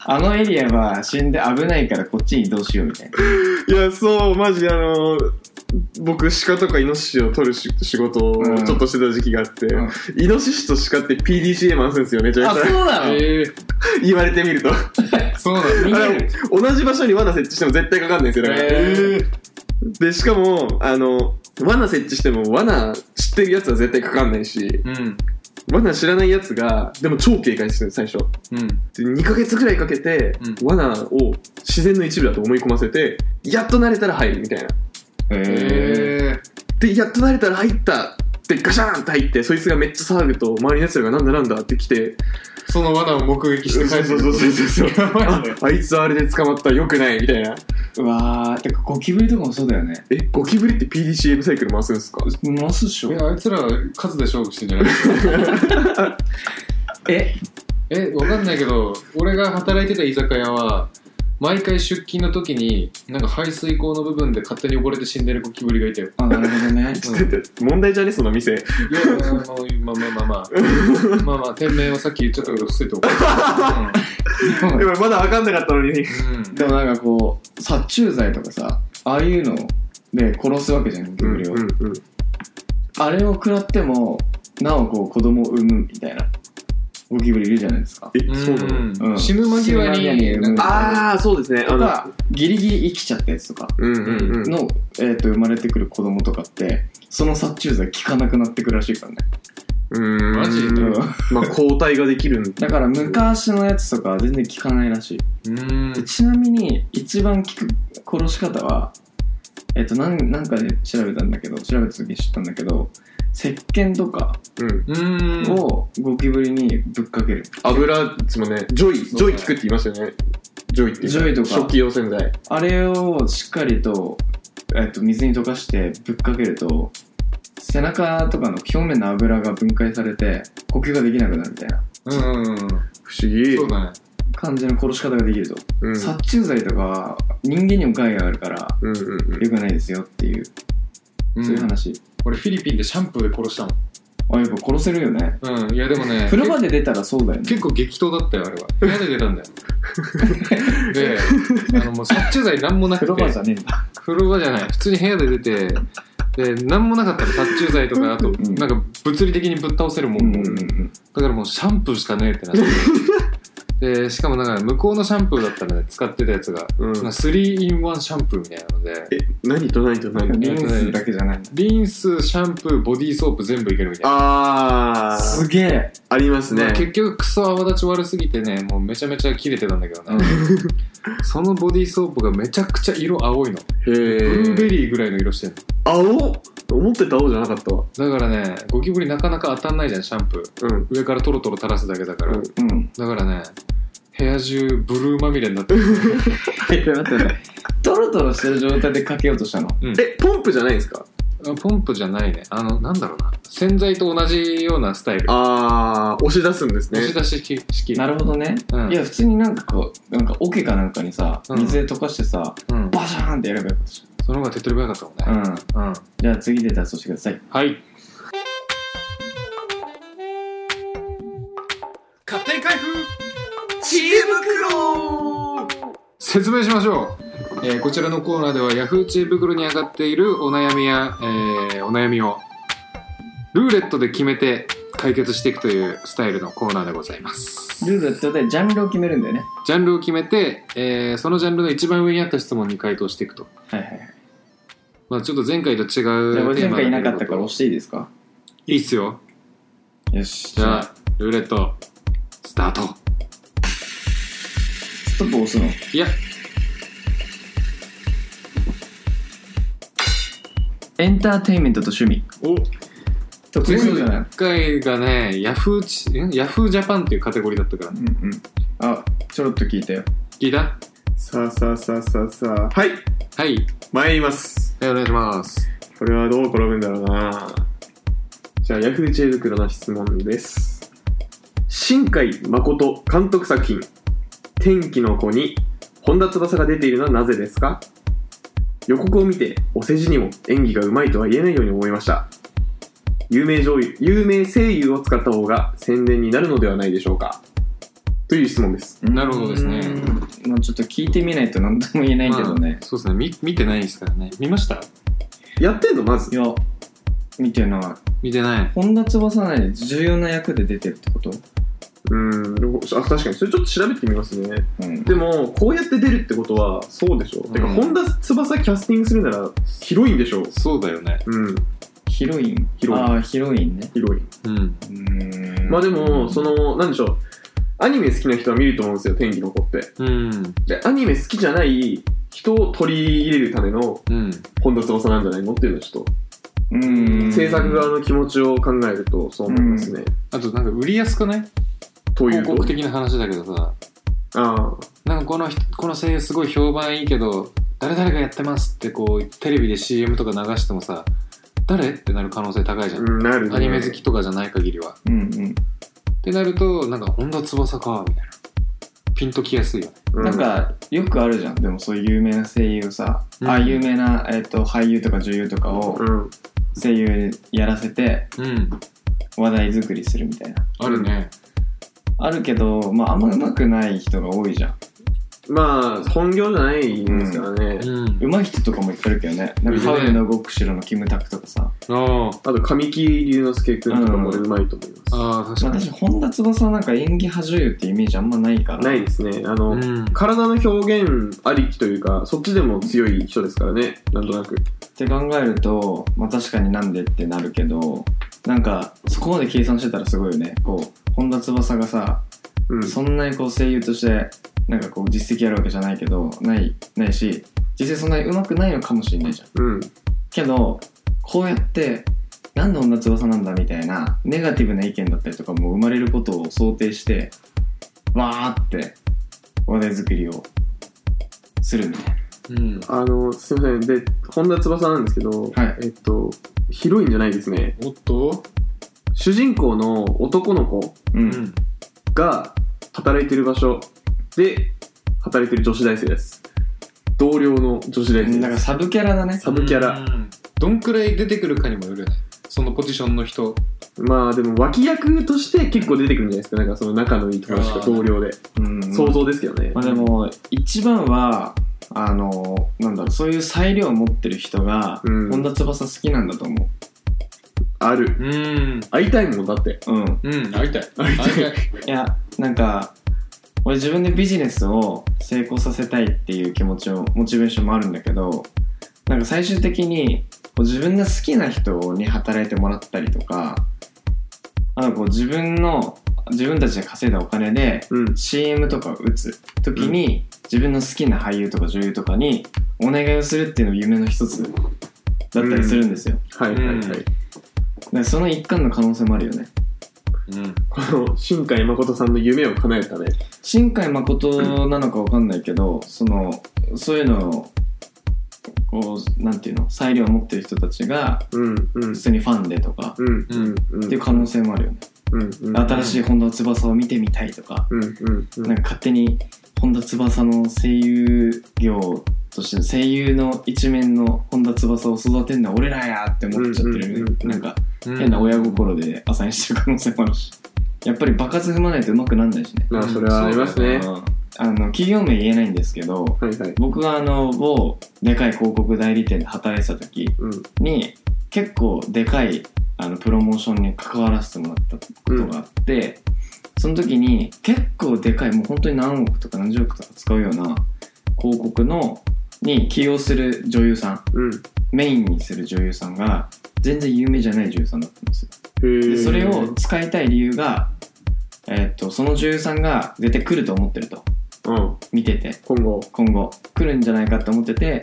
C: あのエリアは死んで危ないからこっちに移動しようみたいない
D: や、そう、マジあの、僕、鹿とかイノシシを取るし仕事をちょっとしてた時期があって、
C: うん
D: イノシシと鹿って PDCA 回すんですよね、ちょい
C: あ
D: ちょい
C: そうなの、
B: ええ。
D: 言われてみると。あ
B: そうなんだ。
D: れ同じ場所に罠設置しても絶対かかんないんですよ、だから。
B: え
D: で、しかも、あの、罠設置しても罠知ってるやつは絶対かかんないし、
B: うん。
D: 罠知らないやつが、でも超警戒してる、最初。
B: うん。
D: で2ヶ月ぐらいかけて、
B: う
D: 罠を自然の一部だと思い込ませて、やっと慣れたら入るみたいな。
C: え
B: え
D: で、やっと慣れたら入ったってガシャーンって入って、そいつがめっちゃ騒ぐと、周りのやつらがなんだなんだって来て、
B: ー、その罠を目撃して帰って
D: そうそうそうそうそう
B: やば
D: あ
B: いね。
D: あいつあれで捕まったよくないみたいな。
C: うわーてかゴキブリとかもそうだよね
D: え、ゴキブリって PDCM サイクル回すんですか
C: 回すっし
B: いや、あいつら数で勝負してんじゃない
C: え
B: え、わかんないけど、俺が働いてた居酒屋は、毎回出勤の時に、なんか排水口の部分で勝手に溺れて死んでるゴキブリがいたよ。
C: あなるほど <laughs> ね
D: ちょっと待って問題じゃねその店。
B: いや、あの、まあまあまあまあ。まあまあ、店名はさっき言っちゃったけど、伏せておこう。
D: でもまだ分かんなかったのに。
B: うん。うん
C: でもなんかこう殺虫剤とかさああいうので殺すわけじゃんゴキ
D: うんう
C: ブ
D: ん
C: リを、
D: うん。
C: あれを食らってもなおこう子供を産むみたいなゴキブリいるじゃないですか
D: え、そうなの
B: う
C: うんん
B: 死ぬ間際
C: 死ぬ間際に
B: に、
C: 産む
D: ああ、そうですね。あ
C: と
D: の、
C: かギリギリ生きちゃったやつとか
D: うんうんうん。
C: の、えー、と生まれてくる子供とかってその殺虫剤効かなくなってくるらしいからね、
D: うん
B: マジ
C: う
B: うん
C: <laughs>
B: ん、
D: まあ、抗体ができるん
C: だから昔のやつとかは全然効かないらしい、
B: うん
C: でちなみに一番効く殺し方はえっ、となんなんかで調べたんだけど調べた時に知ったんだけど石鹸とか
D: うん。
B: うん。
C: をゴキブリにぶっかける、
D: 油ですもんね。ジョイ、ジョイ効くって言いましたよね。ジョイっていう。
C: ジョイとか
D: 食器用洗剤。
C: あれをしっかりと,、えっと水に溶かしてぶっかけると背中とかの表面の油が分解されて呼吸ができなくなるみたいな
B: うんうんうん。
D: 不思議。
B: そうだね。
C: 感じの殺し方ができると
D: うん。
C: 殺虫剤とか人間にも害があるから
D: うんうんうん。
C: 良くないですよっていう、
B: うん
C: そういう話
B: 俺フィリピンでシャンプーで殺した
C: あやっぱ殺せるよね
B: もん。うん。いや、でもね、
C: 風呂場で出たらそうだよね
B: 結構激闘だったよ、あれは。部屋で出 <laughs> たんだよ。で、あの、もう殺虫剤なんもなく
C: 風
B: て
C: 呂、場じゃねえんだ
B: 風呂場じゃない。普通に部屋で出て、で、なんもなかったら殺虫剤とか、あと、
C: ん
B: なんか物理的にぶっ倒せるもん。だ
C: ん
B: からもうシャンプーしかねえってなって。 <laughs> で、しかもなんか向こうのシャンプーだったらね、使ってたやつが、
D: うん
B: なんか 3in1 シャンプーみたいなので、
D: え、何と何と何
C: リンスだけじゃないんだ
B: リンス、シャンプー、ボディーソープ全部いけるみたいな。
D: あー、
C: すげえ
D: あります
B: ま
D: ね
B: あ。結局クソ泡立ち悪すぎてねもうめちゃめちゃ切れてたんだけどねそのボディーソープがめちゃくちゃ色青いの
D: へ
B: ブルーベ
D: ー。
B: リーぐらいの色してん
D: 青思ってた青じゃなかったわ。
B: のだからねゴキブリなかなか当たんないじゃんシャンプー
D: うん。
B: 上からトロトロ垂らすだけだから、
D: うん
C: うん
B: だからね部屋中ブルーまみれになってる
C: <laughs> 待って待って <laughs> トロトロしてる状態でかけようとしたの
D: え、ポンプじゃないんですか
B: あポンプじゃないねあのなんだろうな洗剤と同じようなスタイル
D: あー、押し出すんですね
B: 押。し出し式式
C: なるほどね、
B: うん
C: いや普通になんかこうなんか桶かなんかにさ
B: うん
C: 水で溶かしてさ、
B: うん、
C: バシャーンってやればよかったじ
B: その方が手っ取り早かった
C: ゃ
B: もん
C: ん
B: ね、
C: うん
B: うん、
C: じゃあ次出たらそうしてください
B: はい
D: 勝手に開封知恵袋
B: 説明しましょう、えーこちらのコーナーではヤフー知恵袋に上がっているお悩みや、えーお悩みをルーレットで決めて解決していくというスタイルのコーナーでございます
C: ルーレットでジャンルを決めるんだよね
B: ジャンルを決めて、えーそのジャンルの一番上にあった質問に回答していくと、
C: はいはいはい
B: まあ、ちょっと前回と違うテ
C: じゃあ俺
B: ー
C: 前
B: マ
C: 回い
B: だ
C: な
B: け
C: か
B: ど
C: ったから押していいですか
B: いいっすよ
C: よし
B: じゃあルーレットスタート
C: ストップ押すの
B: いや
C: エンターテインメントと趣味
B: お
C: 得意そうじゃない
B: 前回がねヤフーチんヤフージャパンっていうカテゴリーだったから
C: うんうんあちょろっと聞いたよ
B: 聞いた
D: さあさあさあさあさあ。はい、
B: はい、
D: 参ります。
B: はい、お願いします
D: これはどう転ぶんだろうなじゃあ、ヤフー知恵袋の質問です。新海誠監督作品、天気の子に本田翼が出ているのはなぜですか予告を見て、お世辞にも演技がうまいとは言えないように思いました。有名女優、有名声優を使った方が宣伝になるのではないでしょうかという質問です。
B: なるほどですね
C: もうちょっと聞いてみないと何とも言えないけどね
B: まあ、そうですね見見てないですからね見ました
D: やってんのまず。
C: いや見てない
B: 見てない
C: 本田翼内で重要な役で出てるってこと
D: うん、あ確かに。それちょっと調べてみますね。
C: うん
D: でもこうやって出るってことはそうでしょ、
B: ん
D: てか本田翼キャスティングするなら広いんでしょ
B: そうだよね
D: うん
C: ヒロイン。
D: ヒロイン
C: ああ、ヒロインね。
D: 広い。
B: うん。
C: うーん
D: まあでも、そ、の、なんでしょう。アニメ好きな人は見ると思うんですよ、天気の子って。
B: うん。
D: で、アニメ好きじゃない人を取り入れるための
B: うん。
D: 本田翼なんじゃないのっていうのはちょっ
C: う
D: と、
C: ん。
D: 制作側の気持ちを考えるとそう思いますね。
B: あとなんか売りやすくない
D: という
B: 広
D: と
B: 告。的な話だけどさ、
D: ああ。
B: なんかこの人、この声優すごい評判いいけど、誰々がやってますってこう、テレビで CM とか流してもさ、誰ってなる可能性高いじゃん。
D: うん、なるね
B: アニメ好きとかじゃない限りは。っ
C: うんうん。
B: てなると、なんか本田翼か、みたいな。ピンときやすいよね。
D: う
C: なんかよくあるじゃんでもそういう有名な声優さ、
B: うん
C: あ有名な、えっと俳優とか女優とかを
D: うん。
C: 声優やらせて
B: うん。
C: 話題作りするみたいな
B: あるね。
C: あるけど、まあ、あんま上手くない人が多いじゃん
D: まあ、本業じゃないんですからね。
B: うん。
C: 上手い人とかもいっぱいいるけどねなんかハウルの動く城のキムタクとかさ、
B: ああ。
D: あと、神木隆之介君とかもうまいと思います。
B: ああ、確かに。
C: 私本田翼はなんか演技派女優ってイメージあんまないから
D: ないですね。あの、
B: うん。
D: 体の表現ありきというか、そっちでも強い人ですからね、なんとなく。
C: って考えると、まあ、確かになんでってなるけどなんかそこまで計算してたらすごいよねこう本田翼がさ
D: うん。
C: そんなにこう声優としてなんかこう実績あるわけじゃないけどないないし実際そんなに上手くないのかもしれないじゃん
D: うん。
C: けどこうやってなんで女翼なんだみたいなネガティブな意見だったりとかも生まれることを想定してわーって話題作りをするみたい
B: うん。
D: あの、すいません。で、本田翼なんですけど、
C: はい
D: えっと、ヒロインじゃないですね。
B: おっと
D: 主人公の男の子
C: なう
B: うんん。
D: が働いてる場所で働いてる女子大生です。同僚の女子大生
C: なん
D: で
C: か
D: す。
C: サブキャラだね
D: サブキャラ
B: うん。どんくらい出てくるかにもよるよね。そのポジションの人。
D: まあでも脇役として結構出てくるんじゃないですか。なんかその仲のいい友達とか同僚で。
C: うん
D: 想像ですけどね。
C: まあでも一番はあのなんだろうそういう裁量を持ってる人が、
D: うん
C: 本田翼好きなんだと思
D: ある。
B: うん。
D: 会いたいもんだって。
C: ううん
B: うん、会
D: 会
B: いたい。
D: いたい
B: 会いたい。
C: いやなんか俺自分でビジネスを成功させたいっていう気持ちをモチベーションもあるんだけどなんか最終的にこう自分が好きな人に働いてもらったりとかあとこう自分の自分たちで稼いだお金で
D: うん。
C: CM とかを打つ時に、自分の好きな俳優とか女優とかにお願いをするっていうのが夢の一つだったりするんですよ、
D: はいはいはい。
B: うん
C: だからその一環の可能性もあるよね
B: うん。
D: この新海誠さんの夢を叶えたね。
C: 新海誠なのかわかんないけど、そのそういうのをこうなんていうの裁量を持ってる人たちが
D: うんうん
C: 普通にファンでとか、
D: うんうんうん。
C: っていう可能性もあるよね、
D: うんうん。
C: 新しい本田翼を見てみたいとか、
D: うんうんうん
C: なんか勝手に本田翼の声優業として声優の一面の本田翼を育てるのは俺らやって思っちゃって
D: うん
C: る、
D: うんうんうん
C: なんか変な親心でアサインしてる可能性もあるしやっぱり爆発踏まないとうまくなんないしね
D: まあそれはありますね。
C: うんあの企業名言えないんですけど
D: はいはい。
C: 僕があの某でかい広告代理店で働いてた時
D: うん
C: に結構でかいあのプロモーションに関わらせてもらったことがあって、その時に結構でかいもう本当に何億とか何十億とか使うような広告のに起用する女優さん
D: うん。
C: メインにする女優さんが全然有名じゃない女優さんだったんですよ
D: へ
C: で
D: え。
C: それを使いたい理由が、えー、とその女優さんが絶対来ると思ってると
D: うん
C: 見てて
D: 今後。
C: 今後来るんじゃないかって思ってて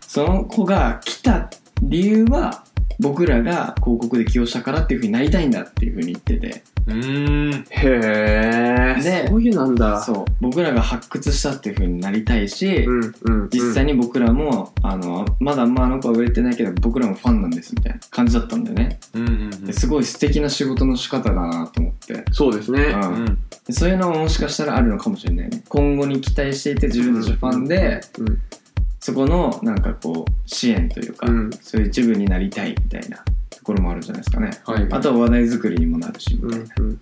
C: その子が来た理由は僕らが広告で起用したからっていうふうになりたいんだっていうふうに言ってて
B: うーん。
D: へえ。
C: ね
D: そういうなんだ。
C: そう僕らが発掘したっていうふうになりたいし、
D: うんうん。
C: 実際
D: に。
C: に僕らもあのまだまああの子は売れてないけど僕らもファンなんですみたいな感じだったんだよね
B: うんうんうん
C: ですごい素敵な仕事の仕方だなと思って、
D: そうですね。
C: うん
B: うん。
C: でそういうのももしかしたらあるのかもしれないね今後に期待していて自分たちファンで
D: うん
C: そこのなんかこう支援というか、
D: うん
C: そういう一部になりたいみたいなところもあるんじゃないですかね
B: はい。
C: あとは話題作りにもなるしみ
D: うんう
C: たい
D: ん
C: な、
D: うん。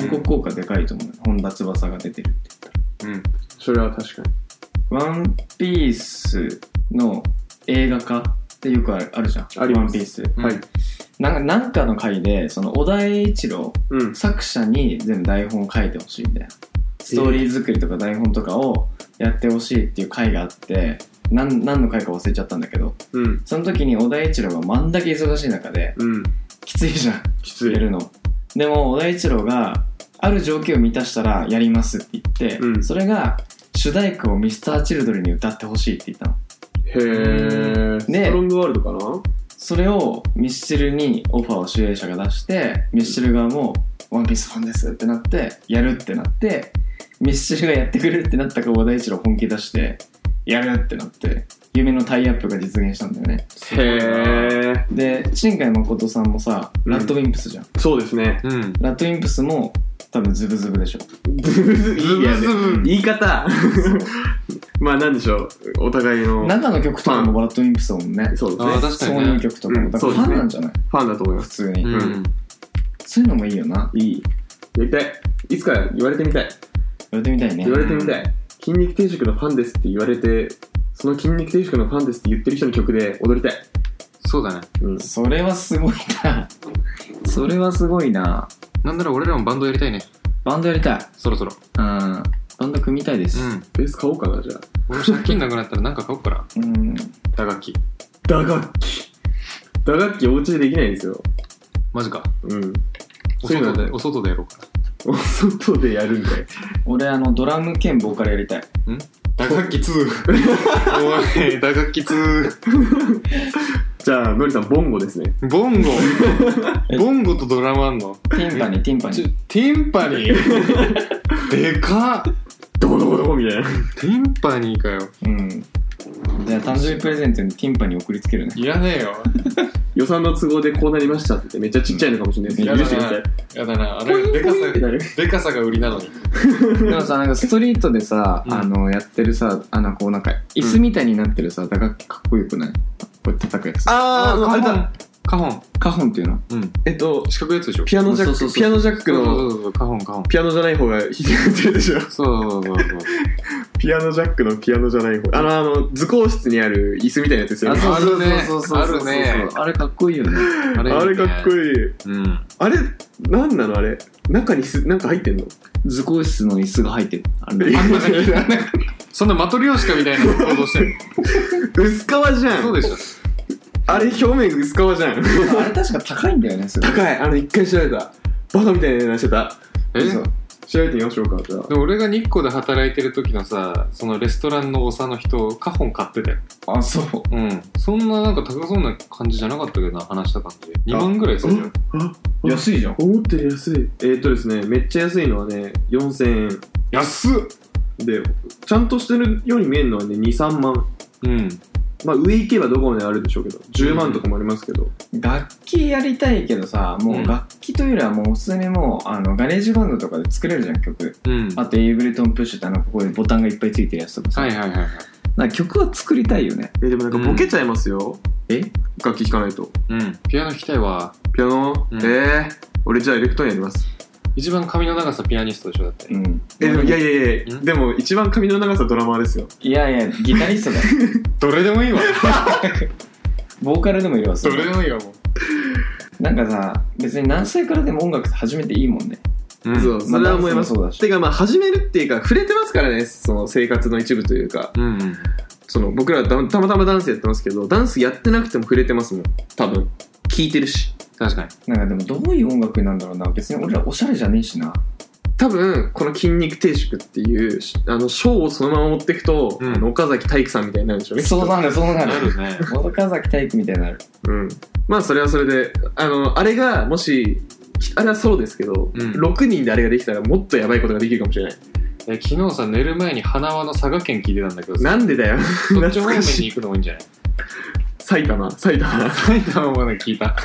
C: 広告効果でかいと思うよ本田翼が出てるって
B: うん。
D: それは確かに。
C: ワンピースの映画化ってよくあるあるじゃん
D: あります
C: ワンピース
B: うん
D: はい。
C: なんかなんかの回でその小田栄一郎
D: うん。
C: 作者に全部台本を書いてほしいみたいなストーリー作りとか台本とかをやってほしいっていう回があって、何何の回か忘れちゃったんだけど
D: うん
C: その時に小田一郎がまんだけ忙しい中で
D: うん
C: きついじゃん
D: きつい
C: やるのでも小田一郎がある条件を満たしたらやりますって言って、
D: うん
C: それが主題歌を Mr.Children に歌ってほしいって言ったの
D: へえス
C: ね
D: トロングワールドかな
C: それをミスチルにオファーを主演者が出してミスチル側も「ワンピースファンです」ってなってやるってなってミスチルがやってくれるってなったから小田一郎本気出してやるってなって夢のタイアップが実現したんだよね
D: へえ
C: で新海誠さんもさ
D: うん
C: ラッドウィンプスじゃん、
D: そうですね
B: うん。
C: ラッドウィンプスも多分ズブズブでしょ
D: ズブズブいいやね
B: ズブズブ
D: 言い方 <laughs> まあなんでしょうお互いの
C: 中の曲とかもラッドウィンプスだもんね
D: そうです
B: あ
D: ね
B: あ、確か
C: 挿
B: に
C: 入
B: ね。
C: 曲とかもだか
D: う
C: ら
D: ん
C: ファンなんじゃない、
D: ファンだと思いま
C: 普
D: す
C: 通に、
B: う
D: うん
B: ん。
C: そういうのもいいよない
D: いやりたいいつか言われてみたい
C: やってみたいね
D: 言われてみたい筋肉定食のファンですって言われてその筋肉定食のファンですって言ってる人の曲で踊りたい
B: そうだね。
D: うん
C: それはすごいな <laughs> それはすごいな
B: なんなら俺らもバンドやりたいね。
C: バンドやりたい
B: そろそろ。
C: うんバンド組みたいです
B: うん。
D: ベース買おうかなじゃあ
B: 俺も借金なくなったらなんか買おうかな。
C: うん、
B: 打楽器。
D: 打楽器打楽器お家でできないんですよ
B: マジか。
D: うん
B: お
D: そういう
B: 外
D: の
B: で、お外でやろうか
D: お外でやるんだよ
C: 俺あのドラム兼ボーカルやりたい
B: な。打楽器2。おい、打楽器2。
D: じゃあのりさんボンゴですね
B: ボ <laughs> ンゴ。ボンゴとドラムあんの
C: ティンパニーティンパニ
B: ちょ
C: ー
B: ティンパニーでかっ
D: どこどこどこみたいな
B: ティンパニーかよ。
C: うんじゃあ誕生日プレゼントにティンパニー送りつけるね
B: いらねえよ。
D: 予算の都合でこうなりましたって言ってめっちゃちっちゃいのかもしれないです
B: や
D: けど許
B: だ
D: してくだ
B: な
D: さい。
B: やだな。あれ、でか
D: ってなる
B: さ、でかさが売りなのに。
C: でもさなんかストリートでさ、
B: うん
C: あのやってるさあのこうなんか椅子みたいになってるさ打楽器かっこよくないこう叩くやつ
D: あーあれだ
B: カホン。
C: カホンっていうの
B: うん。
D: えっと
B: 四角いやつでしょ
D: ピアノジャ
C: そうそう
D: ッ
C: そう
D: クピアノジャック
B: そう
D: の
B: そうそう、カホンカホン。
D: ピアノじゃない方が弾いてくれてるでしょ
B: そうそうそうそう。
D: ピアノジャックのピアノじゃない方あのあの図工室にある椅子みたいなやつですよね
B: あるね
C: そうそうそうそ
B: あ
C: うそう
B: るね
C: あれかっこいいよね
B: あ
D: あれかっこ
B: いい。
D: いい
B: うん。
D: あれなんなのあれ中にすなんか入ってんの
C: 図工室の椅子が入ってるあれ
B: あ
D: <laughs>
B: んなにそんなマトリョーシカみたいな行動してる。
D: 薄皮じゃん
B: そうでしょ。
D: あれ表面薄皮じゃん
C: あれ確か高いんだよねすごい
D: 高いあの一回調べたバカみたいな値段してた
B: え
C: そう
D: 調べてみましょうかじゃあ
B: でも俺が日光で働いてる時のさ、そのレストランの長の人、カホン買ってたよ。
C: あそう
B: うん。そんななんか高そうな感じじゃなかったけどな、話した感じ。2万ぐらいするじゃん。
D: あ
C: 安いじゃん
D: 思ったより安いえーっとですねめっちゃ安いのはね4000円
B: 安っ
D: でちゃんとしてるように見えるのはね23万
B: うん。
D: まあ上行けばどこまであるでしょうけど10万とかもありますけど、
C: 楽器やりたいけどさも
B: う
C: うん楽器というよりはもうおすすめもうあのガレージバンドとかで作れるじゃん曲
B: うん。
C: あとエイブレトンプッシュってあのここでボタンがいっぱいついてるやつとかさ、
B: はいはいはいはい。
C: なんか曲は作りたいよね
D: えーでもなんかボケちゃいますよ、
C: え
D: 楽器弾かないと
B: うん。ピアノ弾きたいわ。
D: ピアノ、
B: うん
D: ええー俺じゃあエレクトーンやります
B: 一番髪の長さピアニストでしょ、だって。
C: うん
D: えーでもいやいやいや
B: うん
D: でも一番髪の長さドラマーですよ
C: いやいやギタリストだよ
B: どれでもいい <laughs> わ。
C: <laughs> ボーカルでもいいわそ
B: ど
C: れ
B: れでもいいわ、もう。
C: なんかさ別に何歳からでも音楽始めていいもんね
B: うん
D: そうそれは思います、
C: まあダンスもそうだして
D: かまあ始めるっていうか触れてますからねその生活の一部というか
B: うんうん。
D: その僕らたたまたまダンスやってますけどダンスやってなくても触れてますもん多分聞いてるし
B: 確かに。
C: なんかでもどういう音楽なんだろうな別に俺らおしゃれじゃねえしな
D: 多分この「筋肉定食」っていうあのショーをそのまま持ってくと、
B: うん
D: あの岡崎体育さんみたいになるんでしょうね
C: そうなんだそうな
B: あ
C: んだ <laughs>
B: るね。
C: 小川崎体育みたいになる
D: うん、まあそれはそれであのあれがもしあれはソロですけど、
B: うん
D: 6人であれができたらもっとやばいことができるかもしれない
B: え昨日さ寝る前に花輪の佐賀県聞いてたんだけどさ
D: なんでだよ <laughs>
B: そっち
D: 懐
B: 方面
D: かし
B: に行くのもいいんじゃない
D: 埼玉埼玉
B: 埼玉まで聞いた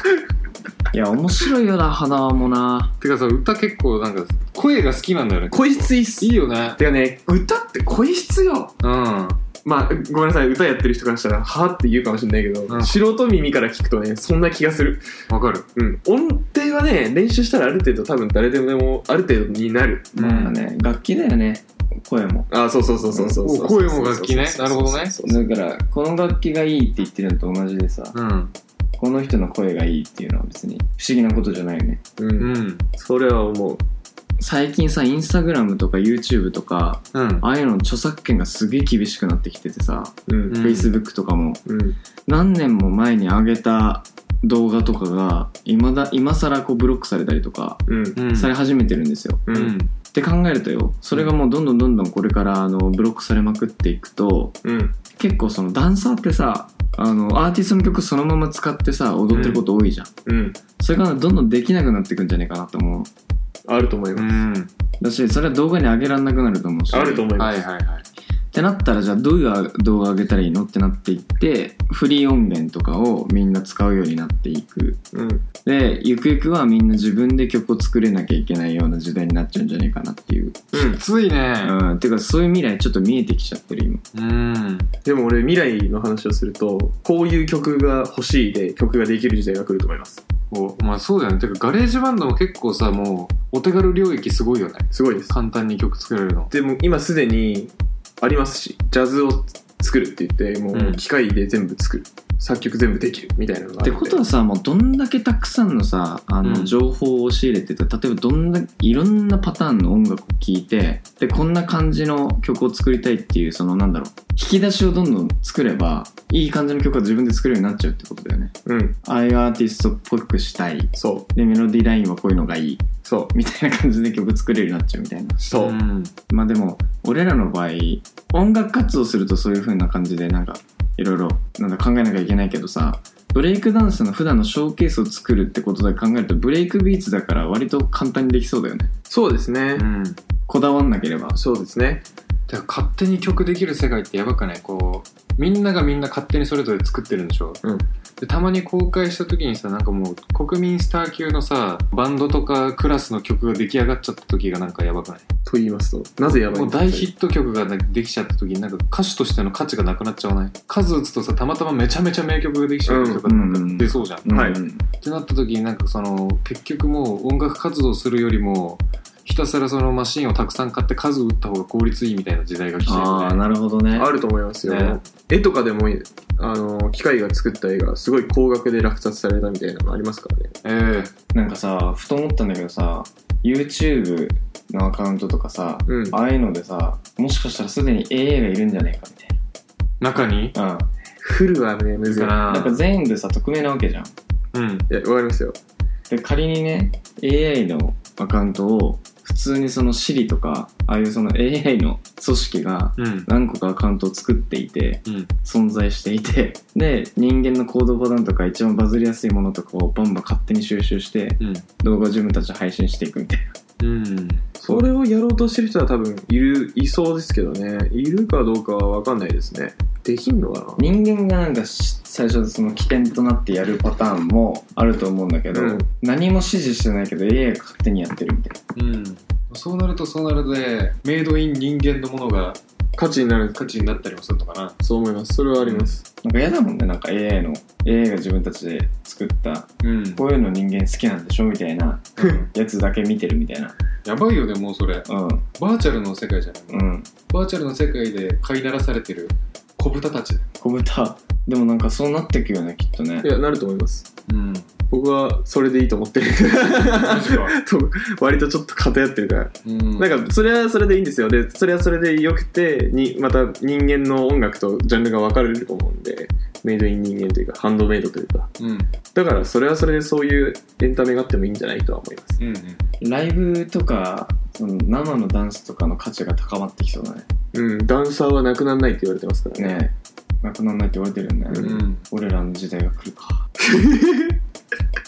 C: いや面白いよな花輪もな
B: てかさ歌結構なんか声が好きなんだよね
D: 声質いいっす
B: いいよね
D: てかね歌って声質よ
B: うん
D: まあごめんなさい歌やってる人からしたらはあって言うかもしれないけど、
B: うん
D: 素人耳から聞くとねそんな気がする
B: わかる
D: うん音程はね練習したらある程度多分誰でもある程度になる
B: うん
C: まあね楽器だよね声も
D: あそうそうそうそうそうそう
B: お声も楽器ね
D: そうそうそうそう
C: だからこの楽器がいいって言ってるのと同じでさ
B: うん
C: この人の声がいいっていうのは別に不思議なことじゃないよね
D: うん
B: うん
D: それは思う
C: 最近さインスタグラムとか YouTube とか
B: うん。
C: ああいうの著作権がすげえ厳しくなってきててさ、
D: うん。
B: うん
C: Facebook とかも
D: うん。
C: 何年も前に上げた動画とかが今だ今更こうブロックされたりとか
D: うん。
B: うん
C: され始めてるんですよ、
D: う。
B: うんん。
C: って考えるとよそれがもうどんどんどんどんこれからあのブロックされまくっていくと
D: うん。
C: 結構そのダンサーってさあのアーティストの曲そのまま使ってさ踊ってること多いじゃん、
D: うん。
C: それがどんどんできなくなっていくんじゃないかなと思う
D: あると思いうます。
B: ん。
C: だしそれは動画に上げられなくなると思うし
D: あると思いま
B: はい
D: す。
B: はいはい。
C: ってなったらじゃあどういう動画上げたらいいのってなっていってフリー音源とかをみんな使うようになっていく
D: うん。
C: でゆくゆくはみんな自分で曲を作れなきゃいけないような時代になっちゃうんじゃないかなっていう、
D: うん。
B: ついね。
C: うん、ていうかそういう未来ちょっと見えてきちゃってる今
B: うん。
D: でも俺未来の話をするとこういう曲が欲しいで曲ができる時代が来ると思います
B: おまあそうだよね。てかガレージバンドも結構さ、もうお手軽領域すごいよね。
D: すごいです
B: 簡単に曲作れるの。
D: でも今すでにありますしジャズを作るって言っても
B: う
D: うん機械で全部作る、作曲全部できるみたいなのがあ
C: ってことはさもうどんだけたくさんのさあ
B: うん
C: の情報を仕入れてて、例えばどんだいろんなパターンの音楽を聴いてでこんな感じの曲を作りたいっていうそのなんだろう引き出しをどんどん作ればいい感じの曲は自分で作れるようになっちゃうってことだよね
D: うん
C: ああいうアーティストっぽくしたい
D: そう
C: でメロディーラインはこういうのがいい
D: そう
C: みたいな感じで曲作れるようになっちゃうみたいな
D: そう、
B: ん。
C: まあでも俺らの場合音楽活動するとそういう風な感じでなんかいろいろなんだ考えなきゃいけないけどさブレイクダンスの普段のショーケースを作るってことだけ考えるとブレイクビーツだから割と簡単にできそうだよね
D: そうですね、
B: うん。
C: こだわんなければ
D: そうですね
B: てか勝手に曲できる世界ってやばくないこうみんながみんな勝手にそれぞれ作ってるんでしょ、
D: うん
B: でたまに公開した時にさなんかもう国民スター級のさバンドとかクラスの曲が出来上がっちゃった時がなんかやばくない
D: と言いますとなぜやばい
B: も
D: ん
B: う
D: ですか
B: 大ヒット曲ができちゃった時になんか歌手としての価値がなくなっちゃわない数打つとさたまたまめちゃめちゃ名曲ができちゃうとかなんか
C: うん
B: 出そうじゃん、
C: うん
D: はい
B: ってなった時になんかその結局もう音楽活動するよりもひたすらそのマシンをたくさん買って数打った方が効率いいみたいな時代が来てるよ
C: ああ
B: ね
C: なるほどね
D: あると思いますよ、
B: ね
D: 絵とかでもあの機械が作った絵がすごい高額で落札されたみたいなのありますからね
B: ええ
C: なんかさふと思ったんだけどさ YouTube のアカウントとかさ
D: うん
C: ああいうのでさもしかしたらすでに AI がいるんじゃないかみたい
B: 中に
C: なうん
D: フルはねむずい
B: か
D: いや
B: な
C: なんか全部さ匿名なわけじゃん
B: うん
D: わかりますよ
C: で仮にね AI のアカウントを普通にその Siri とかああいうその AI の組織が
B: うん
C: 何個かアカウントを作っていて
B: うん
C: 存在していてで人間の行動パターンとか一番バズりやすいものとかをバンバン勝手に収集して
B: うん
C: 動画を自分たちで配信していくみたいな
B: うん
D: それをやろうとしてる人は多分いるいそうですけどねいるかどうかは分かんないですねできんのかな
C: 人間がなんかし最初その起点となってやるパターンもあると思うんだけど、
D: うん
C: 何も指示してないけど AI が勝手にやってるみたい
B: う
C: な
B: んそうなるとそうなるでメイドイン人間のものが
D: 価値になる
B: 価値になったりもするのかな
D: そう思いますそれはあります、
C: なんか嫌だもんねなんか AI の AI が自分たちで作った
B: うん
C: こういうの人間好きなんでしょみたいな
B: うん
C: やつだけ見てるみたいな。
B: やばいよねもうそれ
C: うん。
B: バーチャルの世界じゃない、
C: うん。
B: バーチャルの世界で飼いならされてる小豚たち
C: 小豚。でもなんかそうなってくよね、きっとね
D: い。やなると思います
B: うん
D: 僕はそれでいいと思
B: <laughs>
D: ってる <laughs> と割とちょっと偏ってるから、
B: うん
D: なんかそれはそれでいいんですよでそれはそれでよくてにまた人間の音楽とジャンルが分かれると思うんでメイドイン人間というかハンドメイドというか
B: うん
D: だからそれはそれでそういうエンタメがあってもいいんじゃないとは思います
B: うん
C: ライブとか、その生のダンスとかの価値が高まってきそうだね。
D: うんダンサーはなくならないって言われてますからね
C: ねえ。なくならないって言われてるよね。
B: うん
D: う
B: うん
C: 俺らの時代が来るか。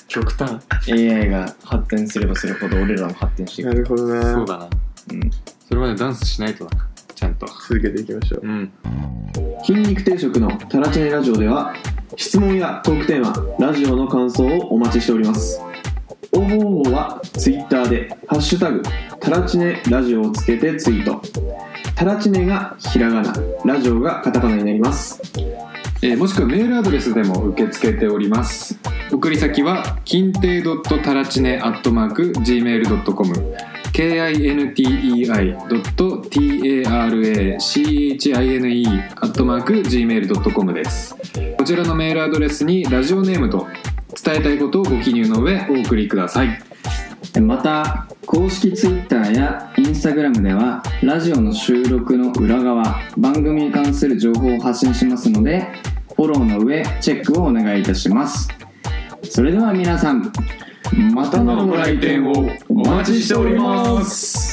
B: 極端
C: AI が発展すればするほど俺らも発展してい
D: な
C: く。
D: るほどね
B: そうだな
C: うん。
B: それまでダンスしないとだなちゃんと
D: 続けていきましょう
B: うん
F: 筋肉定食のタラチネラジオでは質問やトークテーマラジオの感想をお待ちしております応募方法は Twitter で「ハッシュタグタラチネラジオ」をつけてツイートタラチネがひらがなラジオがカタカナになります
B: えーもしくはメールアドレスでも受け付けております送り先は金亭ドットタラチネアットマーク gmail.com kintei.tarachine アットマーク gmail.com ですこちらのメールアドレスにラジオネームと伝えたいことをご記入の上お送りください
F: また
C: 公式 Twitter や Instagram ではラジオの収録の裏側番組に関する情報を発信しますのでフォローの上チェックをお願いいたしますそれでは皆さんまたのご来店をお待ちしております